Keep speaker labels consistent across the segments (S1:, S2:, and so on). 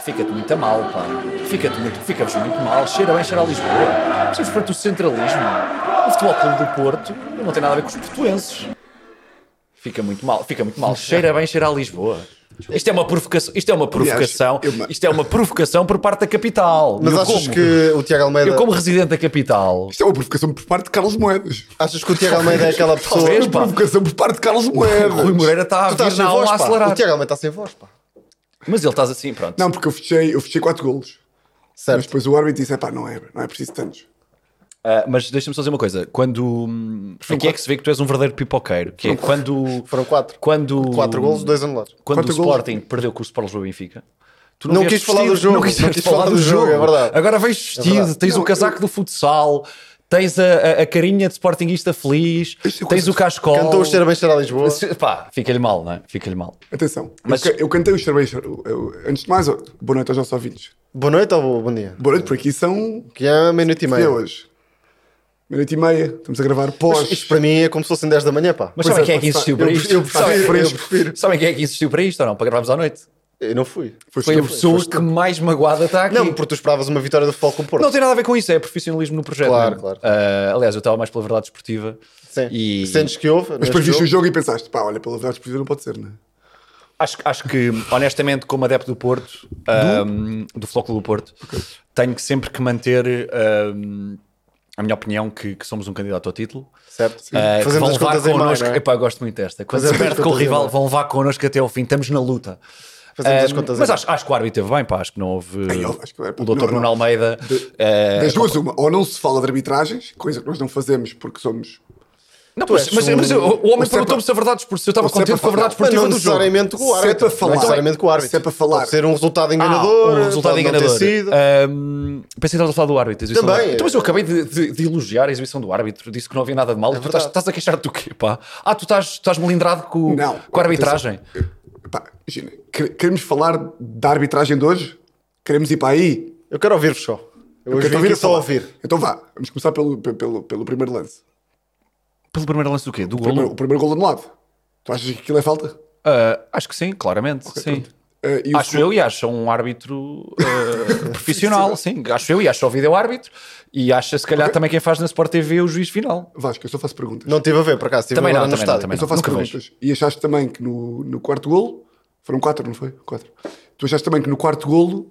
S1: fica-te muito a mal, pá. Fica-te muito, fica-vos muito mal. Cheira bem, cheira a Lisboa. Vocês frente o centralismo. O Futebol Clube do Porto não tem nada a ver com os portuenses. Fica muito mal, fica muito mal. Cheira bem, cheira a Lisboa. Isto é uma provocação, isto é uma provocação,
S2: eu-
S1: isto é uma provocação por parte da capital.
S2: Mas
S1: eu
S2: achas
S1: como,
S2: que o Tiago Almeida.
S1: eu como residente da capital,
S3: Isto é uma provocação por parte de Carlos Moedas.
S2: Achas que o Tiago Almeida é aquela pessoa.
S1: Talvez,
S2: Tu
S1: pá.
S3: Provocação por parte de Carlos Moedas.
S1: Rui Moreira está a
S2: estás
S1: vir
S2: sem
S1: na aula
S2: voz,
S1: a
S2: pá.
S1: acelerar.
S2: O Tiago Almeida está sem voz, pá.
S1: Mas ele estás assim, pronto.
S3: Não, porque eu fechei, eu fechei quatro golos. Mas
S2: Certo.
S3: depois o árbitro disse: pá, não é, não é preciso tantos.
S1: Ah, mas deixa-me só dizer uma coisa. Quando. hum, Aqui é que se vê que tu és um verdadeiro pipoqueiro. Que é quando.
S2: Foram quatro.
S1: Quando.
S2: Quatro golos, dois anulados.
S1: Quando o
S3: Quatro golos.
S1: Sporting perdeu o curso para o Lisboa e Benfica. Tu
S2: Não
S1: vieste
S2: quis falar do
S1: vestido-
S2: jogo,
S1: Não quis,
S2: não quis
S1: falar do jogo,
S2: é verdade.
S1: Agora vais vestido,
S2: verdade.
S1: tens o casaco do futsal, tens a, a- a carinha de Sportingista feliz,
S3: Isto é
S1: tens
S3: coisa-
S1: o cascol.
S2: Cantou o Cheira Bem Cheira a Lisboa.
S1: Se- Pá, fica-lhe mal, não é? Fica-lhe mal.
S3: Atenção, eu
S1: Mas-
S3: ca- eu, cantei o cerveja. eu- eu- Antes de mais, oh, boa noite aos nossos ouvintes.
S2: Boa noite ou bo- bom dia?
S3: Boa noite, por aqui são.
S2: Que é meia-noite e
S3: Que é
S2: meia.
S3: hoje? Meia-noite e meia, estamos a gravar pós.
S2: Isto para mim é como se fossem 10 da manhã, pá.
S1: Mas
S3: Pois
S1: sabem
S3: é,
S1: quem é que
S3: pá, está-
S1: insistiu
S3: eu
S1: para
S3: prefiro-
S1: isto?
S3: eu prefiro-
S1: Sabem-
S3: eu
S1: eu-
S3: prefiro.
S1: Sabem quem é que insistiu para isto ou não? Para gravarmos à noite?
S2: Eu não fui.
S3: Foste
S1: Foi a
S3: tu.
S1: pessoa que mais magoada está aqui.
S2: Não, porque tu esperavas uma vitória do Futebol com o Porto.
S1: Não tem nada a ver com isso, é profissionalismo no projeto.
S2: Claro,
S1: mesmo.
S2: claro.
S1: Ah, aliás, eu estava mais pela verdade desportiva.
S2: Sim.
S1: E
S2: Sentes que houve.
S3: Mas depois viste o jogo e pensaste: pá, olha, pela verdade, desportiva não pode ser, não é?
S1: acho, acho que, honestamente, como adepto do Porto, ahm, do, Futebol Clube do Porto, tenho que sempre que manter ahm, a minha opinião que, que somos um candidato ao título.
S2: Certo.
S1: Ah, que
S2: Fazendo
S1: vão
S2: as
S1: levar
S2: contas em mais,
S1: connosco.
S2: não é?
S1: Epá, eu gosto muito desta. Quando
S2: Fazemos
S1: se
S2: as
S1: perde com o
S2: contas em
S1: rival,
S2: mão.
S1: vão levar connosco até ao fim. Estamos na luta.
S2: Fazemos as
S1: Ahm,
S2: contas em
S1: mas
S2: mão.
S1: acho, acho que o árbitro teve bem, pá. Acho que não houve.
S3: Ai, eu acho que é, pá,
S1: o doutor
S3: não,
S1: Bruno
S3: não.
S1: Almeida. ah,
S3: Das duas, uma, ou não se fala de arbitragens, coisa que nós não fazemos porque somos.
S1: Não, mas,
S2: és
S1: mas-
S2: um-
S1: mas o, o
S3: Não
S1: homem
S3: sei
S1: perguntou-me
S3: para-
S1: se a verdade desportiva. Eu estava
S3: Não sei
S1: contente
S3: para
S1: com a verdade
S3: falar.
S2: Mas
S1: desportiva
S2: não
S1: do jogo.
S2: necessariamente com
S3: Se
S2: o
S3: é
S2: árbitro.
S3: para
S2: Não
S3: falar.
S2: necessariamente com o árbitro.
S3: Se é para falar.
S2: Pode ser um resultado
S1: Ah,
S2: enganador.
S1: um resultado
S2: pode não ter
S1: enganador. Ah.
S2: sido.
S1: Ahm, pensei que estavas a falar do árbitro. a exibição
S2: Também.
S1: do
S2: é.
S1: árbitro. Então, mas eu acabei de, de- de elogiar a exibição do árbitro, disse que não havia nada de mal. tu estás,
S2: É verdade.
S1: estás a queixar-te do quê, pá? Ah, tu estás, estás melindrado com,
S3: Não.
S1: com a arbitragem.
S3: Pá, imagina, quer- queremos falar da arbitragem de hoje? Queremos ir para aí?
S2: Eu quero ouvir-vos só. Eu
S3: Quero
S2: hoje vim
S3: ouvir
S2: aqui
S3: a
S2: só
S3: falar.
S2: ouvir.
S3: Então vá, vamos começar pelo, pe- pelo, pelo primeiro lance.
S1: Pelo primeiro lance do quê? Do
S3: O primeiro,
S1: golo?
S3: o primeiro gol anulado. Tu achas que aquilo é falta?
S1: Ah, acho que sim, claramente. sim.
S3: Eh, e o
S1: Acho eu e acho um árbitro ah, profissional, sim. Acho eu e acho o vídeo árbitro. E acha, se calhar, também quem faz na Sport TV o juiz final.
S3: Vasco, eu só faço perguntas.
S2: Não tive a ver, por acaso. Estive
S1: Também não,
S2: agora no
S1: também não,
S2: estádio.
S1: também
S3: eu só faço
S1: nunca
S3: perguntas. E achaste também que no, no quarto golo, foram quatro, não foi? Quatro. Tu achaste também que no quarto golo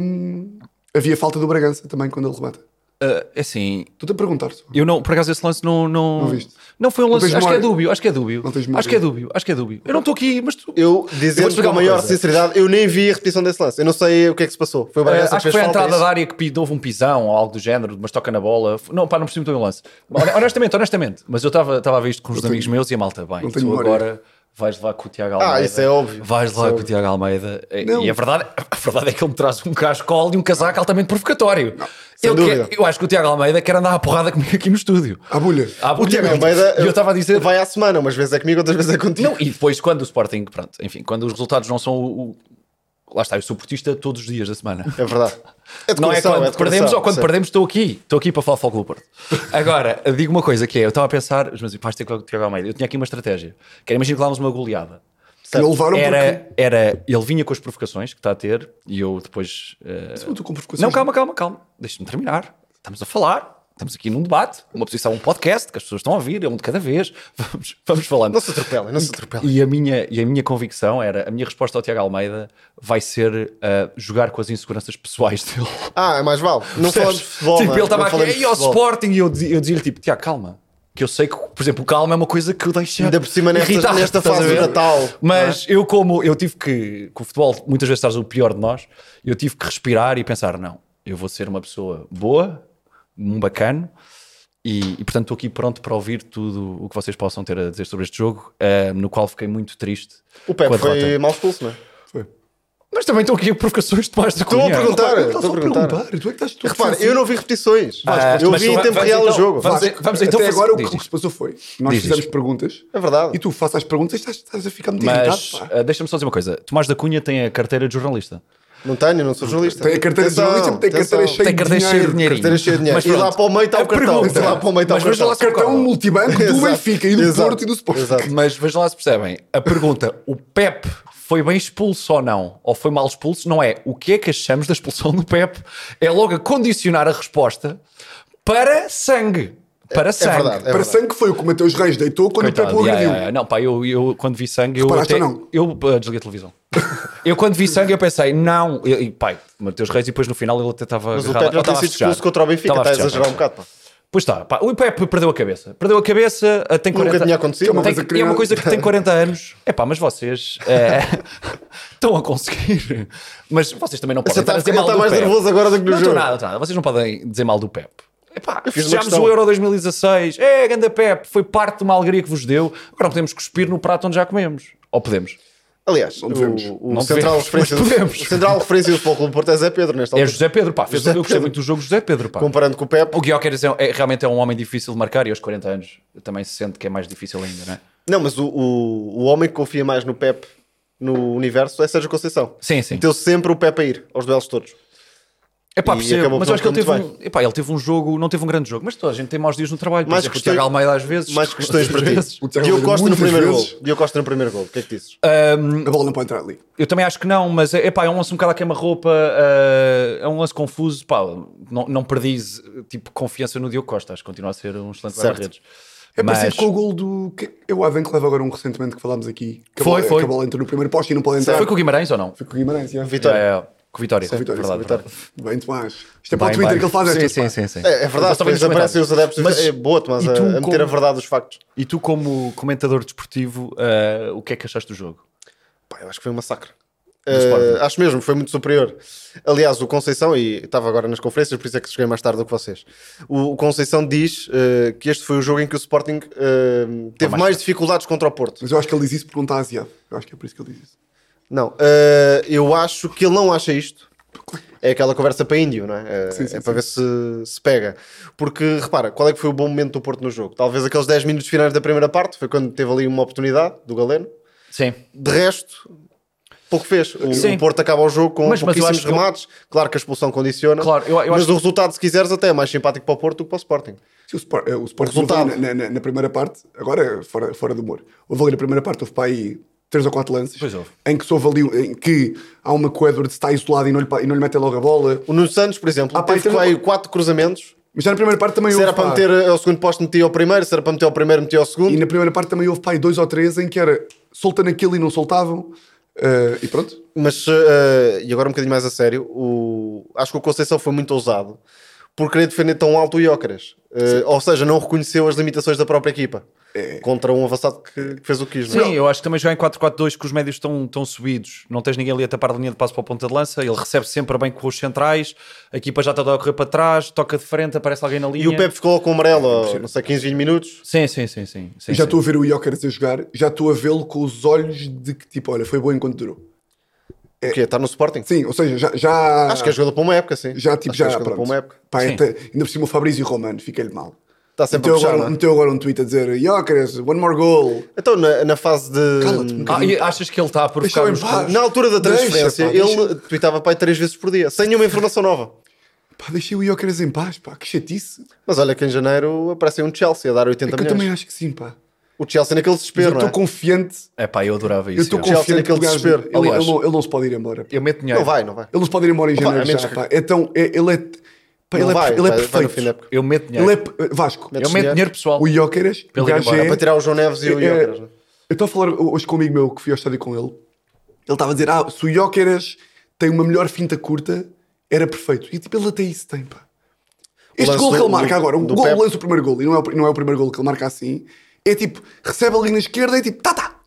S3: hum, havia falta do Bragança também quando ele remata.
S1: Ah, é assim,
S3: Estou-te a perguntar só.
S1: Eu não, por acaso esse lance não. Não,
S3: Não viste?
S1: Não foi um lance.
S3: tens
S1: Acho que é
S3: memória.
S1: dúbio, acho que é dúbio.
S3: Não tens
S1: Acho
S3: memória.
S1: que é dúbio, acho que é dúbio. Eu não estou aqui, mas tu.
S2: Eu,
S1: vou
S2: dizendo
S1: explicar
S2: com a
S1: uma
S2: maior
S1: coisa.
S2: sinceridade, eu nem vi a repetição desse lance. Eu não sei o que é que se passou. Foi o
S1: eh,
S2: Bragança
S1: acho que
S2: fez
S1: foi a
S2: falta,
S1: entrada
S2: isso?
S1: da área que pi- houve um pisão ou algo do género, mas toca na bola. F- Não, pá, não percebi muito bem o lance. Hon- Honestamente, honestamente. Mas eu estava estava a ver isto com os amigos meus e a malta. Bem,
S3: não
S1: tu
S3: tenho memória.
S1: agora vais lá com o Tiago Almeida.
S2: isso é óbvio.
S1: Vais
S2: Isso
S1: lá
S2: é
S1: com o
S2: óbvio.
S1: Tiago Almeida. E-
S3: Não.
S1: E a verdade, a verdade é que ele me traz um cascol e um casaco altamente provocatório.
S2: sem
S1: Ele quer-
S2: dúvida.
S1: eu acho que o Tiago Almeida quer andar à porrada comigo aqui no estúdio.
S3: À bolha.
S1: À
S2: O
S1: bolha
S2: Tiago
S1: mesmo.
S2: Almeida
S1: E Ah, eu estava a dizer.
S2: vai à semana, umas vezes é comigo, outras vezes é contigo.
S1: Não, e depois quando o Sporting, pronto, enfim, quando os resultados não são o. o- lá está, eu sou portista todos os dias da semana.
S2: É verdade. É de
S1: não é
S2: coração,
S1: quando
S2: de coração,
S1: perdemos ou quando
S2: sim.
S1: perdemos, estou aqui. Estou aqui para falar Fogo do Porto. Agora, digo uma coisa que é: eu estava a pensar, mas vais ter que o Tiago Almeida. Eu tinha aqui uma estratégia. Que era imaginar que lá uma goleada.
S3: Que não levaram porque...
S1: Era, era, ele vinha com as provocações que está a ter e eu depois. eh,
S3: Eu estou com provocações.
S1: não, calma, calma, calma. Deixa-me terminar. Estamos a falar. Estamos aqui num debate, uma posição, um podcast que as pessoas estão a ouvir, é um de cada vez. Vamos, vamos falando.
S2: Não se atropelem, não se atropelem.
S1: E a, minha, e a minha convicção era: a minha resposta ao Tiago Almeida vai ser ah, jogar com as inseguranças pessoais dele.
S2: Ah, é mais vale. Não falamos
S1: Percebes?
S2: de futebol.
S1: Tipo,
S2: mano.
S1: ele estava
S2: Não
S1: aqui,
S2: falamos de
S1: "Ei, ao
S2: futebol."
S1: Sporting, e eu, di- eu dizia-lhe: tipo, Tiago, calma. Que eu sei que, por exemplo, o calma é uma coisa que o deixa.
S2: Ainda por cima nesta-
S1: irritado,
S2: nesta
S1: estás a
S2: fase do
S1: ver?
S2: Natal, é?
S1: Mas eu, como eu tive que. Com o futebol, muitas vezes estás o pior de nós, eu tive que respirar e pensar: não, eu vou ser uma pessoa boa, um bacano. E, e, portanto estou aqui pronto para ouvir tudo o que vocês possam ter a dizer sobre este jogo, eh, no qual fiquei muito triste.
S2: O Pepe
S1: com a derrota.
S2: foi mal expulso, não é?
S3: Foi.
S1: Mas também estão aqui provocações de Tomás da
S2: Estou a
S1: Cunha.
S2: perguntar.
S3: Pá, eu
S2: estou
S3: tá, só
S2: a perguntar.
S3: Tu é que estás tu
S2: Repara, eu não vi repetições.
S1: Ah,
S2: eu
S1: mas
S2: vi em
S1: tu-
S2: tempo
S1: vamos
S2: real o
S1: então-
S2: jogo.
S1: vamos- vamos então
S3: Até
S1: fazer-
S3: agora o que,
S1: diz
S3: o que se
S1: isto.
S3: passou foi: nós
S1: Diz
S3: fizemos
S1: isto.
S3: perguntas
S2: É verdade.
S3: e tu faças as perguntas e estás, estás a ficar muito
S1: Mas eh,
S3: irritado. pá.
S1: ah, deixa-me só dizer uma coisa: Tomás da Cunha tem a carteira de jornalista.
S2: Não tenho, não sou jornalista.
S3: Tem a carteira de
S2: Atenção,
S3: jornalista, tem a
S2: atenção.
S3: carteira cheia
S1: Tem
S3: de
S1: carteira cheia de
S3: dinheiro.
S1: dinheirinho.
S2: Carteira cheia de dinheiro.
S1: Mas
S2: E lá
S1: pronto.
S2: para o meio está
S1: A
S2: o cartão.
S1: pergunta.
S2: E lá para o meio está o
S1: Mas veja
S2: cartão.
S1: lá se
S3: Cartão
S1: Concordo.
S3: multibanco do
S2: Exato.
S3: Benfica e do
S2: Exato.
S3: Porto e do Sporting.
S2: Exato.
S1: um Mas vejam lá se percebem. A pergunta, o Pep foi bem expulso ou não? Ou foi mal expulso? Não é. O que é que achamos da expulsão do Pep? É logo a condicionar a resposta para sangue. Para sangue.
S2: verdade, é
S3: Para sangue foi o que o Mateus Reis deitou quando
S1: Coitado,
S3: o Pepe o
S1: yeah,
S3: agrediu.
S1: yeah, yeah. Não, pá, eu, eu quando vi sangue, eu
S3: Reparaste
S1: até,
S3: ou não?
S1: eu ah, desliguei a televisão. eu quando vi sangue, eu pensei, não, eu, e, pai, Mateus Reis, e depois no final ele até estava
S2: Mas o
S1: agarrado-
S2: Pedro
S1: ou
S2: já tem
S1: estava a
S2: sido
S1: festejar.
S2: expulso contra o Benfica.
S1: Estava a
S2: Está a
S1: festejar,
S2: exagerar um
S1: estava a
S2: bocado. pá.
S1: Pois está, pá, o Pepe perdeu a cabeça. Perdeu a cabeça, eh, tem 40
S2: tinha acontecido,
S1: tem-
S2: uma
S3: coisa que
S1: é uma
S3: não-
S1: coisa que tem 40 anos. É pá, mas vocês eh, estão a conseguir. Mas vocês também não podem
S2: Você
S1: estar
S2: está
S1: a dizer
S2: ele
S1: mal
S2: está
S1: do
S2: tá- mais
S1: Pepe.
S2: nervoso agora do que no
S1: Não estou
S2: jogo.
S1: nada, não estou nada. Vocês não podem dizer mal do Pep. Epá,
S2: fiz uma
S1: festejámos
S2: questão.
S1: o Euro 2016. É, ganda Pep, foi parte de uma alegria que vos deu. Agora podemos cuspir no prato onde já comemos. Ou podemos.
S2: Aliás, o,
S3: devemos.
S2: o
S1: Não
S2: central
S1: devemos,
S2: referência
S1: mas
S2: do-
S1: podemos.
S2: o central referência do Futebol Clube do Porto é Zé Pedro nesta
S1: É
S2: altura.
S1: José Pedro, pá. Fez
S2: José
S1: eu gostei
S2: Pedro.
S1: muito do jogo José Pedro, pá.
S2: Comparando com o Pepe.
S1: O Guioqueres é, é, realmente é um homem difícil de marcar e aos 40 anos também se sente que é mais difícil ainda, não é?
S2: Não, mas o, o, o homem que confia mais no Pepe no universo é Sérgio Conceição.
S1: Sim, sim.
S2: Meteu sempre o Pepe a ir aos duelos todos.
S1: É pá,
S2: E
S1: percebo,
S2: acabou
S1: mas
S2: por
S1: eu acho que ele
S2: não
S1: teve,
S2: correr
S1: um, epá, ele teve um jogo, não teve um grande jogo, mas toda a gente tem maus dias no trabalho. Mais
S2: Mais
S1: exemplo, o
S2: questões-
S1: Tiago Almeida às vezes.
S2: Mais questões para
S1: outras vezes.
S3: O
S2: ti.
S3: Thiago
S2: Diogo
S3: Almeida
S2: Costa no
S3: muitas
S2: primeiro
S3: vezes.
S2: gol. Diogo Costa no primeiro gol. O que é que dizes?
S1: Ah,
S3: A bola não pode entrar ali.
S1: Eu também acho que não, mas é pá, é um lance um bocado a queima-roupa, eh, é um lance confuso, pá, não, não perdis tipo, confiança no Diogo Costa, acho que continua a ser um excelente
S2: Certo.
S1: guarda-redes.
S3: É
S1: mas,
S3: parecido com o gol do. que- É o Adam que leva agora um recentemente que falámos aqui. Que a
S1: Foi,
S3: bola- é-
S1: foi.
S3: Que a bola entra no primeiro posto e não pode entrar.
S1: foi com o Guimarães ou não?
S3: Foi com o Guimarães, já.
S2: Vitória.
S1: É, com o Vitória.
S3: Vitória,
S1: verdade,
S2: Vitória.
S1: verdade.
S3: Bem, Tomás. Isto é para o
S1: Bem,
S3: Twitter
S1: bem.
S3: que ele faz
S1: sim,
S3: estas,
S1: sim,
S3: pá.
S1: sim, sim.
S2: É, é
S1: Eu
S2: verdade,
S1: só vi nos
S2: depois aparecem
S1: comentários.
S2: os adeptos.
S1: Mas-
S2: é boa, mas
S1: e
S2: a,
S1: tu
S2: a meter
S1: como-
S2: a verdade dos factos.
S1: E tu, como comentador desportivo, eh, o que é que achaste do jogo?
S2: Pá, eu acho que foi um massacre.
S1: Sporting.
S2: Eh, acho mesmo, foi muito superior. Aliás, o Conceição, e estava agora nas conferências, por isso é que cheguei mais tarde do que vocês. O, o Conceição diz eh, que este foi o jogo em que o Sporting eh, teve
S1: mais
S2: mais,
S1: tarde.
S2: dificuldades contra o Porto.
S3: Mas eu acho que ele diz isso porque não está aziado. Eu acho que é por isso que ele diz isso.
S2: Não, eh, eu acho que ele não acha isto. É aquela conversa para índio, não é? Eh,
S3: Sim, sim,
S2: é para ver se, se pega. Porque repara, qual é que foi o bom momento do Porto no jogo? Talvez aqueles 10 minutos finais da primeira parte, foi quando teve ali uma oportunidade do Galeno.
S1: Sim.
S2: De resto, pouco fez. O,
S1: Sim.
S2: o Porto acaba o jogo com
S1: Mas- mas eu
S2: pouquíssimos
S1: acho que eu-
S2: remates. Claro que a expulsão condiciona.
S1: Claro, eu- eu
S2: mas
S1: acho
S2: o resultado, se quiseres, até é mais simpático para o Porto do que para o Sporting.
S3: Sim, o Sport, eh, o Sport
S2: O resultado.
S3: houve na, na- na primeira parte, agora é fora, fora do humor, houve ali na primeira parte, houve para aí três ou quatro lances
S1: Pois houve.
S3: em que se houve ali, em que há uma que o Edwards está isolado e não lhe, pa- e não lhe mete logo a bola.
S2: O Nuno Santos, por exemplo,
S3: Ah, pá,
S2: teve
S3: então-
S2: que lá aí quatro cruzamentos.
S3: Mas já na primeira parte também
S2: Se
S3: houve.
S2: era para
S3: pá,
S2: meter eh, um. ao segundo posto, metia ao primeiro. Se era para meter ao primeiro, metia ao
S3: E
S2: segundo.
S3: na primeira parte também houve pai dois ou três em que era solta naquilo e não soltavam. eh, e pronto.
S2: Mas, eh, e agora um bocadinho mais a sério, o- acho que o Conceição foi muito ousado por querer defender tão alto o Iócaras. Eh, ou seja, não reconheceu as limitações da própria equipa.
S3: É.
S2: Contra um avançado que que fez o que quis. não é?
S1: Sim, eu acho que também jogar em 4-4-2 que os médios estão, estão subidos. Não tens ninguém ali a tapar a linha de passo para a ponta de lança. Ele recebe sempre bem com os centrais. A equipa já está a correr para trás, toca de frente, aparece alguém na linha.
S2: E o Pepe ficou com o
S3: é
S2: amarelo, ao, não sei, 15, 20 minutos.
S1: Sim, sim, sim, sim. sim,
S3: E já
S1: sim.
S2: um
S3: estou a ver o Jokers a jogar, já estou a vê-lo com os olhos de que tipo, olha, foi bom enquanto durou.
S2: O quê? Está no Sporting?
S3: Sim, ou seja, já. já
S2: Acho que é jogador para uma época, sim.
S3: já tipo,
S2: Acho
S3: já.
S2: que é
S3: pronto.
S2: jogador para uma época.
S3: Pá,
S1: Sim.
S3: até- ainda por cima o Fabrício Romano, fica-lhe mal.
S2: Está sempre
S3: meteu,
S2: a puxar,
S3: agora,
S2: não é?
S3: meteu agora um tweet a dizer Jokers, one more goal.
S2: Então, na, na fase de...
S3: Cala-te um
S1: Ah, e achas que ele está a provocar
S3: Deixa-o em
S1: uns
S3: paz.
S1: colos?
S2: Na altura da
S3: Deixa,
S2: transferência,
S3: pá, deixa.
S2: ele tweetava pai três vezes por dia, sem nenhuma informação nova.
S3: Pá, deixei o Jokers em paz, pá, que chatice.
S2: Mas olha que em janeiro aparece aí um Chelsea a dar 80
S3: É que eu
S2: milhões.
S3: também acho que sim, pá.
S2: O Chelsea naquele
S3: Mas eu
S2: desespero, não
S3: estou
S2: é?
S3: confiante,
S1: É pá, eu adorava
S3: eu
S1: isso.
S3: estou
S1: eu.
S2: Chelsea
S3: confiante que o
S2: naquele
S3: gajo,
S2: desespero.
S3: ele, ele
S1: Aliás.
S3: não, ele não se pode ir embora. pá.
S1: Eu meto dinheiro.
S2: Não vai, não vai.
S3: Ele não se pode ir embora em
S2: Opa,
S3: janeiro
S2: a menos
S3: já,
S2: que-
S3: pá. Então, é- ele é... Pá,
S2: Não
S3: ele,
S2: vai,
S3: é, ele é
S2: vai- vai no
S3: perfeito.
S2: fim da época.
S1: Eu meto dinheiro.
S3: ele é pe- Vasco,
S2: Mete-
S1: Eu meto dinheiro pessoal.
S3: o Jóqueras, o
S1: Ele ir
S3: gajo
S1: embora.
S3: é...
S2: Para tirar o João Neves e o
S3: É,
S2: Iócaras. não é?
S3: Eu estou a falar hoje com um amigo meu que fui ao estádio com ele. Ele estava a dizer: Ah, se o Jóqueras tem uma melhor finta curta, era perfeito. E tipo, ele até isso tem, pá. Este
S2: lance
S3: gol que
S2: do-
S3: ele marca
S2: do-
S3: agora, o
S2: do
S3: gol,
S2: Pepe.
S3: lança o primeiro gol, e não é o, pri- não é o primeiro gol que ele marca assim, é tipo, recebe ali na esquerda e é tipo, tá, tá. Tipo,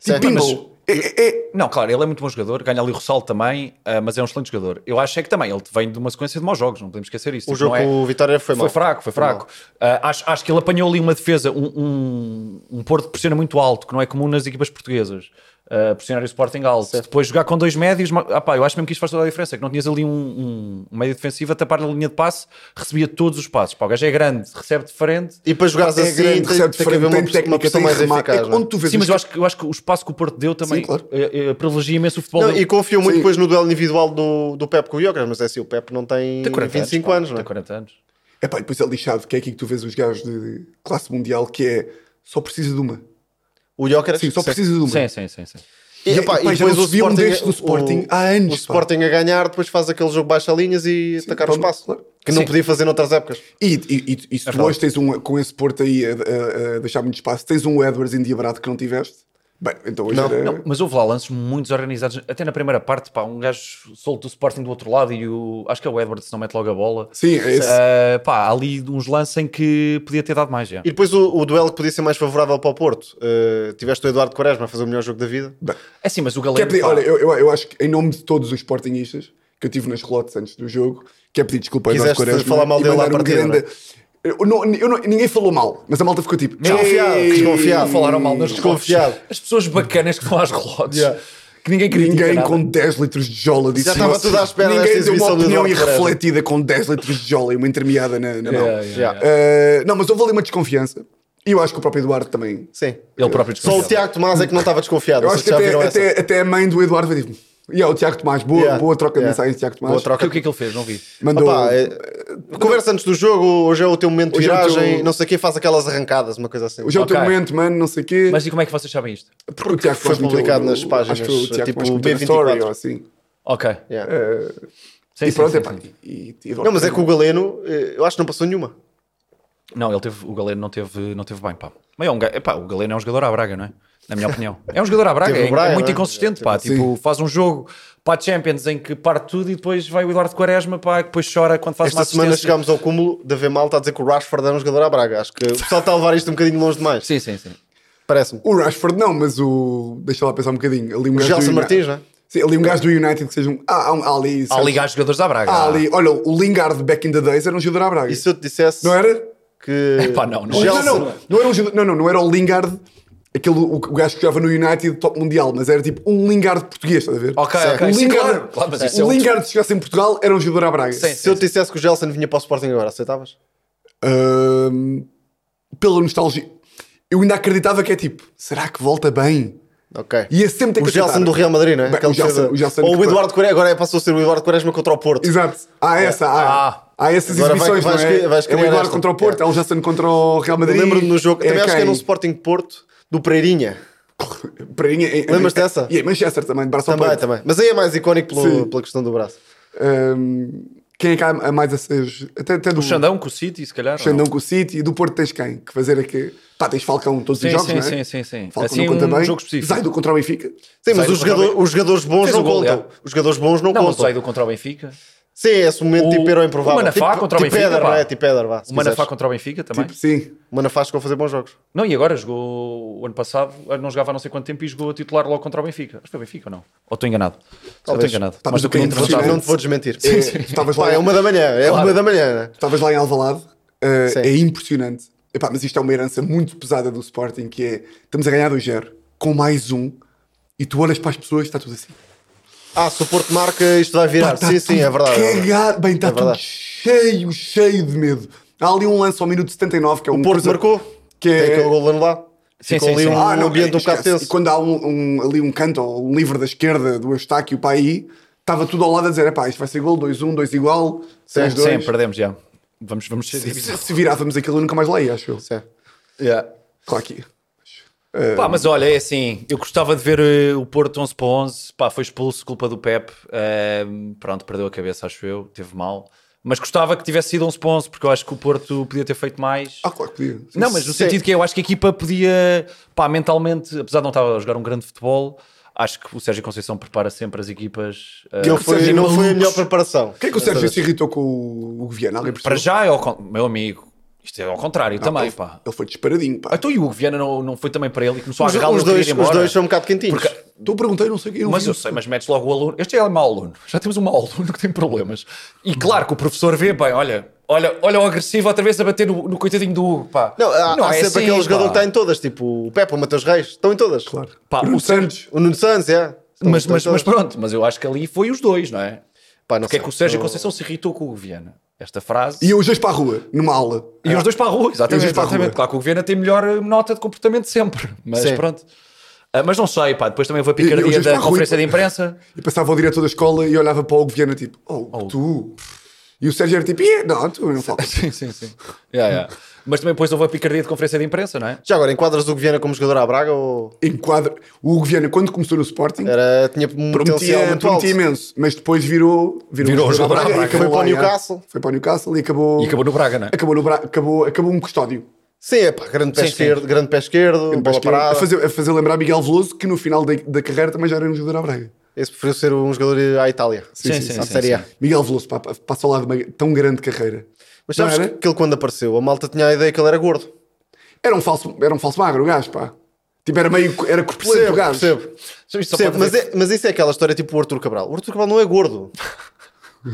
S2: Certo,
S3: pimbo. É, é, é-
S1: Não, claro, ele é muito bom jogador, ganha ali o ressalto também, ah, mas é um excelente jogador. Eu acho é que também ele vem de uma sequência de maus jogos, não podemos esquecer isso.
S2: O
S1: Tipo,
S2: jogo
S1: não é-
S2: com o Vitória foi mal.
S1: Foi fraco, foi fraco. Ah, acho, acho que ele apanhou ali uma defesa, um, um, um Porto que pressiona muito alto, que não é comum nas equipas portuguesas. uh, pressionar o Sporting Alves, depois jogar com dois médios, ma- ah, pá, eu acho mesmo que isto faz toda a diferença, que não tinhas ali um, um- um médio defensivo a tapar na linha de passe, recebia todos os passos, pá, o gajo é grande, recebe de frente,
S2: E para jogares
S3: é
S2: assim,
S3: grande,
S2: tem,
S3: recebe de
S2: tem que
S3: frente,
S2: haver uma,
S3: tem
S2: pressão- uma
S3: técnica,
S2: pressão
S3: tem
S2: mais
S3: remate. É
S2: eficaz.
S3: que
S2: não é?
S3: Onde tu vês
S1: sim, mas
S3: os-
S1: eu acho, que, eu acho que o espaço que o Porto deu também
S3: Sim, claro.
S1: eh, eh, privilegia imenso o futebol
S2: Não,
S1: dele.
S2: e confio muito
S3: Sim.
S2: depois no duelo individual do, do Pep com o Jokeres, mas é assim, o Pep não tem,
S1: Tem 40
S2: 25
S1: pá,
S2: anos, não é?
S1: Tem 40 anos.
S3: É pá, e depois é lixado, que é aqui que tu vês os gajos de classe mundial que é só precisa de uma.
S2: O Jokeres?
S3: Sim, só precisa de uma.
S1: Sim, sim, sim. sim.
S2: E,
S3: E,
S2: epá,
S3: epá,
S2: e
S3: já
S2: depois
S3: não
S2: o
S3: se via um
S2: Sporting,
S3: destes do
S2: o-
S3: Sporting há anos,
S2: O
S3: pá.
S2: Sporting a ganhar, depois faz aquele jogo baixa linhas e atacar
S3: pá,
S2: o espaço.
S3: claro.
S2: Que não
S1: Sim.
S2: podia fazer noutras épocas.
S3: E, e- e-
S2: É
S3: e se tu hoje tens um, com esse Porto aí a, a- a deixar muito espaço, tens um Edwards endiabrado que não tiveste, bem, então hoje
S2: Não,
S3: era...
S1: Não, mas houve lá lances muito desorganizados. Até na primeira parte, pá, um gajo solto do Sporting do outro lado e o. Acho que é o Edwards, não mete logo a bola.
S3: Sim, é esse.
S1: Ah, pá, há ali uns lances em que podia ter dado mais. Já.
S2: E depois o, o duelo que podia ser mais favorável para o Porto. Uh, tiveste o Eduardo Quaresma a fazer o melhor jogo da vida.
S3: Bem,
S1: É sim, mas o
S3: Quer
S1: Galeno.
S3: pedir,
S1: pá,
S3: olha, eu, eu, eu acho que em nome de todos os sportinguistas que eu tive nas relotes antes do jogo, quer pedir desculpa ao Eduardo
S2: Quiseste
S3: Quaresma
S2: falar mal
S3: e
S2: dele à
S3: mandar um
S2: partida, é?
S3: grande- Eu não- eu não- ninguém falou mal, mas a malta ficou tipo
S2: Desconfiado,
S3: "Ei,
S2: desconfiado."
S1: falaram mal nas
S2: Desconfiado.
S1: relotes. As pessoas bacanas que vão às relotes.
S2: Yeah.
S1: Que ninguém critica
S3: Ninguém
S1: nada.
S3: com 10 litros de jola disse
S2: Já estava
S3: "Nossa,
S2: tudo à espera
S3: Ninguém
S2: desta
S3: deu uma
S2: exibição do
S3: opinião
S2: Eduardo Quaresma."
S3: irrefletida com 10 litros de jola e uma entremeada na, na mão.
S1: Yeah, yeah,
S2: Já.
S1: yeah.
S2: É.
S3: Uh, não, mas houve ali uma desconfiança. E eu acho que o próprio Eduardo também.
S2: Sim.
S1: Ele próprio
S2: Só o
S1: desconfiado.
S2: Tiago Tomás é que não estava desconfiado.
S3: Eu
S2: Vocês
S3: acho que
S2: já
S3: até,
S2: viram essa?
S3: até, até a mãe do Eduardo vai dizer: E é o Tiago Tomás, boa,
S2: Yeah.
S3: boa troca de
S2: Yeah.
S3: mensagens, Tiago Tomás.
S2: Boa
S1: O que,
S2: troca.
S1: o que é que ele fez? Não vi.
S3: Mandou.
S2: Opá, é- conversa antes do jogo, hoje é o teu momento de
S3: Hoje é o teu-
S2: viragem, não sei o quê, faz aquelas arrancadas, uma coisa assim.
S3: Hoje é o teu
S1: ok.
S3: momento, mano, não sei o quê.
S1: Mas e como é que vocês sabem isto?
S3: porque o Tiago
S2: foi
S3: Tomás meteu
S2: publicado
S3: no-
S2: nas páginas,
S3: Acho que foi o Tiago
S2: tipo,
S3: Tomás meteu na
S2: B24.
S3: story ou assim.
S1: Ok.
S2: Yeah.
S3: Eh,
S1: Sim,
S3: e
S1: sim,
S3: pronto,
S1: sim,
S3: é pá.
S1: sim.
S3: e- e Eduardo
S2: Não, mas é que o
S3: Quaresma.
S2: Galeno, eh, eu acho que não passou nenhuma.
S1: Não, ele teve, o Galeno não teve, não teve bem, pá. Mas é um, ga- epá, o Galeno é um jogador à Braga, não é? Na minha opinião. É um jogador à Braga,
S2: Teve
S1: é,
S2: o Braga,
S1: é muito
S2: não é?
S1: inconsistente, pá.
S3: Sim.
S1: Tipo, faz um jogo para a Champions em que parte tudo e depois vai o Eduardo Quaresma, pá, que depois chora quando faz
S2: Esta
S1: uma
S2: semana
S1: assistência.
S2: chegámos ao cúmulo de haver malta a dizer que o Rashford é um jogador à Braga. Acho que o pessoal está a levar isto um bocadinho longe demais.
S1: Sim, sim, sim.
S2: Parece-me.
S3: O Rashford não, mas o. Deixa lá pensar um bocadinho. Ali um gajo do
S2: Gelson
S3: Uni-
S2: Martins, não é?
S3: Sim, ali um gajo do United que seja um. Ah, há um- há ali.
S1: Há
S3: sabes?
S1: ligar jogadores à Braga.
S3: Há ali. Olha, o Lingard back in the days era um jogador à Braga.
S2: E se eu te dissesse
S3: Não era?
S2: que.
S1: Epá, não, não é.
S2: Gelson-
S3: Não, não, não era um jogador- não, não, não era o Lingard, aquele, o, o gajo que jogava no United top mundial, mas era tipo um Lingard português, estás a ver?
S1: Ok,
S3: Certo.
S1: ok,
S3: O
S1: sim,
S3: Lingard,
S1: claro, claro, mas isso
S3: o
S1: é outro-
S3: Lingard se chegasse em Portugal era um jogador à Braga.
S1: Sim.
S2: Se eu te dissesse que o Gelson vinha para o Sporting agora, aceitavas?
S3: Ahm, pela nostalgia. Eu ainda acreditava que é tipo, será que volta bem?
S2: Ok.
S3: Ia sempre ter
S2: o
S3: que
S2: Gelson
S3: aceitar.
S2: do Real Madrid, não é?
S3: Bem,
S2: Aquele
S3: o Gelson-
S2: defesa-
S3: o Gelson
S2: Ou
S3: que-
S2: o Eduardo Quaresma, agora passou a ser o Eduardo Quaresma contra o Porto.
S3: Exato. Há essa, há,
S1: Ah.
S3: há essas
S2: É. Agora vai-
S3: exibições,
S2: vais
S3: não é?
S2: que- vais
S3: é o
S2: criar
S3: Eduardo
S2: esta.
S3: contra o Porto, é o Jason contra o Real
S2: Eu
S3: Madrid.
S2: Lembro-me no jogo,
S3: é
S2: também acho que
S3: quem?
S2: era um Sporting Porto do Pereirinha.
S3: Pereirinha, em- em-
S2: Lembras-te dessa?
S3: é, E em Manchester também, de braço ao
S2: Também,
S3: peito.
S2: também. Mas aí é mais icónico pelo-
S3: Sim.
S2: pela questão do braço.
S3: Hum, quem é que há mais a ser? Até, até do
S1: O Xandão com o City, se calhar. ou não?
S3: Xandão com o City e do Porto tens quem? Que fazer aquele. Pá, tens Falcão todos
S1: Sim,
S3: os jogos,
S1: sim,
S3: não é?
S1: sim, sim, sim.
S3: Falcão
S1: Assim,
S3: não conta
S1: um
S3: bem.
S1: jogo específico.
S3: Zaido contra o Benfica.
S2: Sim, mas
S1: Zaidu
S2: os,
S1: contra o
S2: jogador- os jogadores bons
S1: Fez
S2: não
S1: o gol,
S2: contam.
S1: já.
S2: Os jogadores bons um não,
S1: Não, mas o
S2: contam.
S1: Zaidu contra o Benfica.
S2: Sim, é esse momento
S1: O-
S2: tipo herói improvável.
S1: o Manafá
S2: tipo,
S1: contra o
S2: tipo
S1: Benfica,
S2: Éder,
S1: pá.
S2: não é? Tipo Éder, vá. se
S1: O Manafá
S2: quiseres.
S1: contra o Benfica também.
S3: Tipo, sim.
S2: O Manafá chegou a fazer bons jogos.
S1: Não, e agora jogou o ano passado, não jogava há não sei quanto tempo e jogou a titular logo contra o Benfica. Acho que foi o Benfica ou não? Ou estou enganado? Ou
S2: Talvez.
S1: estou enganado.
S3: Tá, mas
S1: Mas
S3: o
S1: eu queria
S3: que é
S2: Não te,
S3: Sim.
S2: não te vou desmentir.
S3: É,
S2: É,
S3: tu Estavas lá,
S2: Pá, é uma da manhã, é
S1: Claro.
S2: uma da manhã. né?
S3: estavas lá em Alvalade. Uh,
S2: Sim.
S3: é impressionante. Epá, mas isto é uma herança muito pesada do Sporting, que é estamos a ganhar 2-0 com mais um e tu olhas para as pessoas e está tudo assim.
S2: Ah, se o Porto marca, isto vai virar.
S3: Pá, tá
S2: sim, sim, é
S3: tudo
S2: verdade. é verdade.
S3: Cagado. Bem, está
S2: É
S3: tudo
S2: verdade.
S3: cheio, cheio de medo. Há ali um lance ao minuto 79 que é um
S2: O Porto
S3: cruza-
S2: marcou.
S3: Que
S2: Tem
S3: é,
S2: aquele gol anulado.
S1: Sim,
S2: Ficou
S1: sim,
S2: ali
S1: sim.
S2: um
S3: Ah, não,
S2: ambiente um
S3: esquece.
S2: bocado
S3: E
S2: tenso.
S3: quando há um, um- ali um canto, ou um livre da esquerda do Eustáquio para aí, estava tudo ao lado a dizer: pá, isto vai ser gol, 2-1, 2 igual, 3-2.
S1: Sim, perdemos já. Vamos, vamos ser
S3: Se- Se,
S1: divididos.
S3: se virávamos aquilo, eu nunca mais lá ia, acho eu.
S2: Sim.
S3: Claro que ia.
S1: Pá, mas olha, é assim, eu gostava de ver eh, o Porto 11 para 11, pá, foi expulso, culpa do Pep, Ehm, pronto, perdeu a cabeça, acho eu, teve mal, mas gostava que tivesse sido 11 para 11, porque eu acho que o Porto podia ter feito mais.
S3: Ah, claro que podia. Sim,
S1: Não, mas no sentido que eu acho que a equipa podia, pá, mentalmente, apesar de não estar a jogar um grande futebol, acho que o Sérgio Conceição prepara sempre as equipas eh,
S2: Que ele foi-
S3: Sérgio
S2: não foi a
S3: Malucos.
S2: melhor preparação.
S3: Porquê é que o Sérgio se irritou com o, o Viana? Alguém
S1: para
S3: percebeu?
S1: já é ao con- meu amigo, isto é ao contrário
S2: Ah,
S1: também, pá. Ah,
S3: Ele foi disparadinho, pá.
S1: Então e o Hugo Viana não, não foi também para ele e começou a
S2: Os,
S1: agarrá-lo
S2: os
S1: e não queria
S2: dois,
S1: ir
S2: os
S1: embora?
S2: dois são um bocado quentinhos.
S1: Porque
S3: Então eu perguntei, não sei o que.
S1: Mas eu sei, mas metes logo o aluno. Este é mau aluno. Já temos um mau aluno que tem problemas.
S2: Uhum.
S1: E claro que o professor vê, bem, olha, olha, olha o agressivo outra vez a bater no, no coitadinho do Hugo, pá.
S2: Não, há, há
S1: é
S2: sempre
S1: assim,
S2: aquele jogador
S1: pá.
S2: que está em todas, tipo o Pepe, o Matheus Reis, estão em todas.
S3: Claro.
S1: Pá,
S3: Bruno
S1: o-
S3: Santos.
S2: O Nuno Santos, é. Estão-
S1: Mas,
S2: estão em
S1: mas, mas
S2: todas.
S1: pronto, mas eu acho que ali foi os dois, não é?
S2: Pá, não
S1: Porque é
S2: sei.
S1: que o Sérgio
S2: Eu-
S1: Conceição se irritou com o Viana. Esta frase.
S3: E eu os dois para a rua, numa aula. Ah,
S1: E os dois para a rua, exatamente.
S3: dois para a
S1: exatamente.
S3: rua.
S1: Claro que o Viana tem melhor eh, nota de comportamento sempre, mas
S2: Sim.
S1: pronto. Ah, mas não sei, pá, depois também houve a
S3: E- e os
S1: picardia
S3: dois para a
S1: da
S3: rua e
S1: conferência
S3: para-
S1: de imprensa.
S3: E passava o diretor da escola e olhava para o Guiana tipo, oh, tu. E o Sérgio era tipo, "Ih, não, tu não falas.
S1: sim, sim, sim. Yeah, yeah. Mas também depois houve a picardia de conferência de imprensa, não é?
S2: Já agora, enquadras o Viana como jogador à Braga ou
S3: Enquadra. O Hugo Viana, quando começou no Sporting,
S2: era, tinha um potencial
S3: prometia,
S2: muito
S3: prometia
S2: alto?
S3: imenso, mas depois virou,
S1: Virou
S3: um
S1: jogador
S3: da
S1: à
S3: Braga
S1: Braga.
S3: e acabou
S2: Foi para o
S3: lá, yeah.
S2: Newcastle.
S3: Foi para o Newcastle e acabou.
S1: E acabou no Braga, não é?
S3: Acabou, no Bra- acabou, acabou um custódio.
S2: Sim, é pá, grande pé
S1: Sim, sim.
S2: esquerdo, grande pé esquerdo,
S3: Grande
S2: bola
S3: pé esquerdo.
S2: parada.
S3: A fazer, a fazer lembrar Miguel Veloso, que no final da, da carreira também já era um jogador à Braga.
S2: Esse preferiu ser um jogador à Itália.
S1: Sim, sim,
S2: à
S1: sim,
S2: Série A.
S1: sim.
S3: Miguel Veloso pá, passa ao lado de uma tão grande carreira.
S2: Mas
S3: Não
S2: sabes
S3: era?
S2: que ele quando apareceu, a malta tinha a ideia que ele era gordo.
S3: Era um falso, era um falso magro o gajo, pá. Tipo, era meio. Era corpulento o gajo.
S2: percebo.
S1: Só isto só pode
S2: Percebo, mas,
S1: dizer-
S2: é, mas isso é aquela história tipo o Arthur Cabral. O Arthur Cabral não é gordo.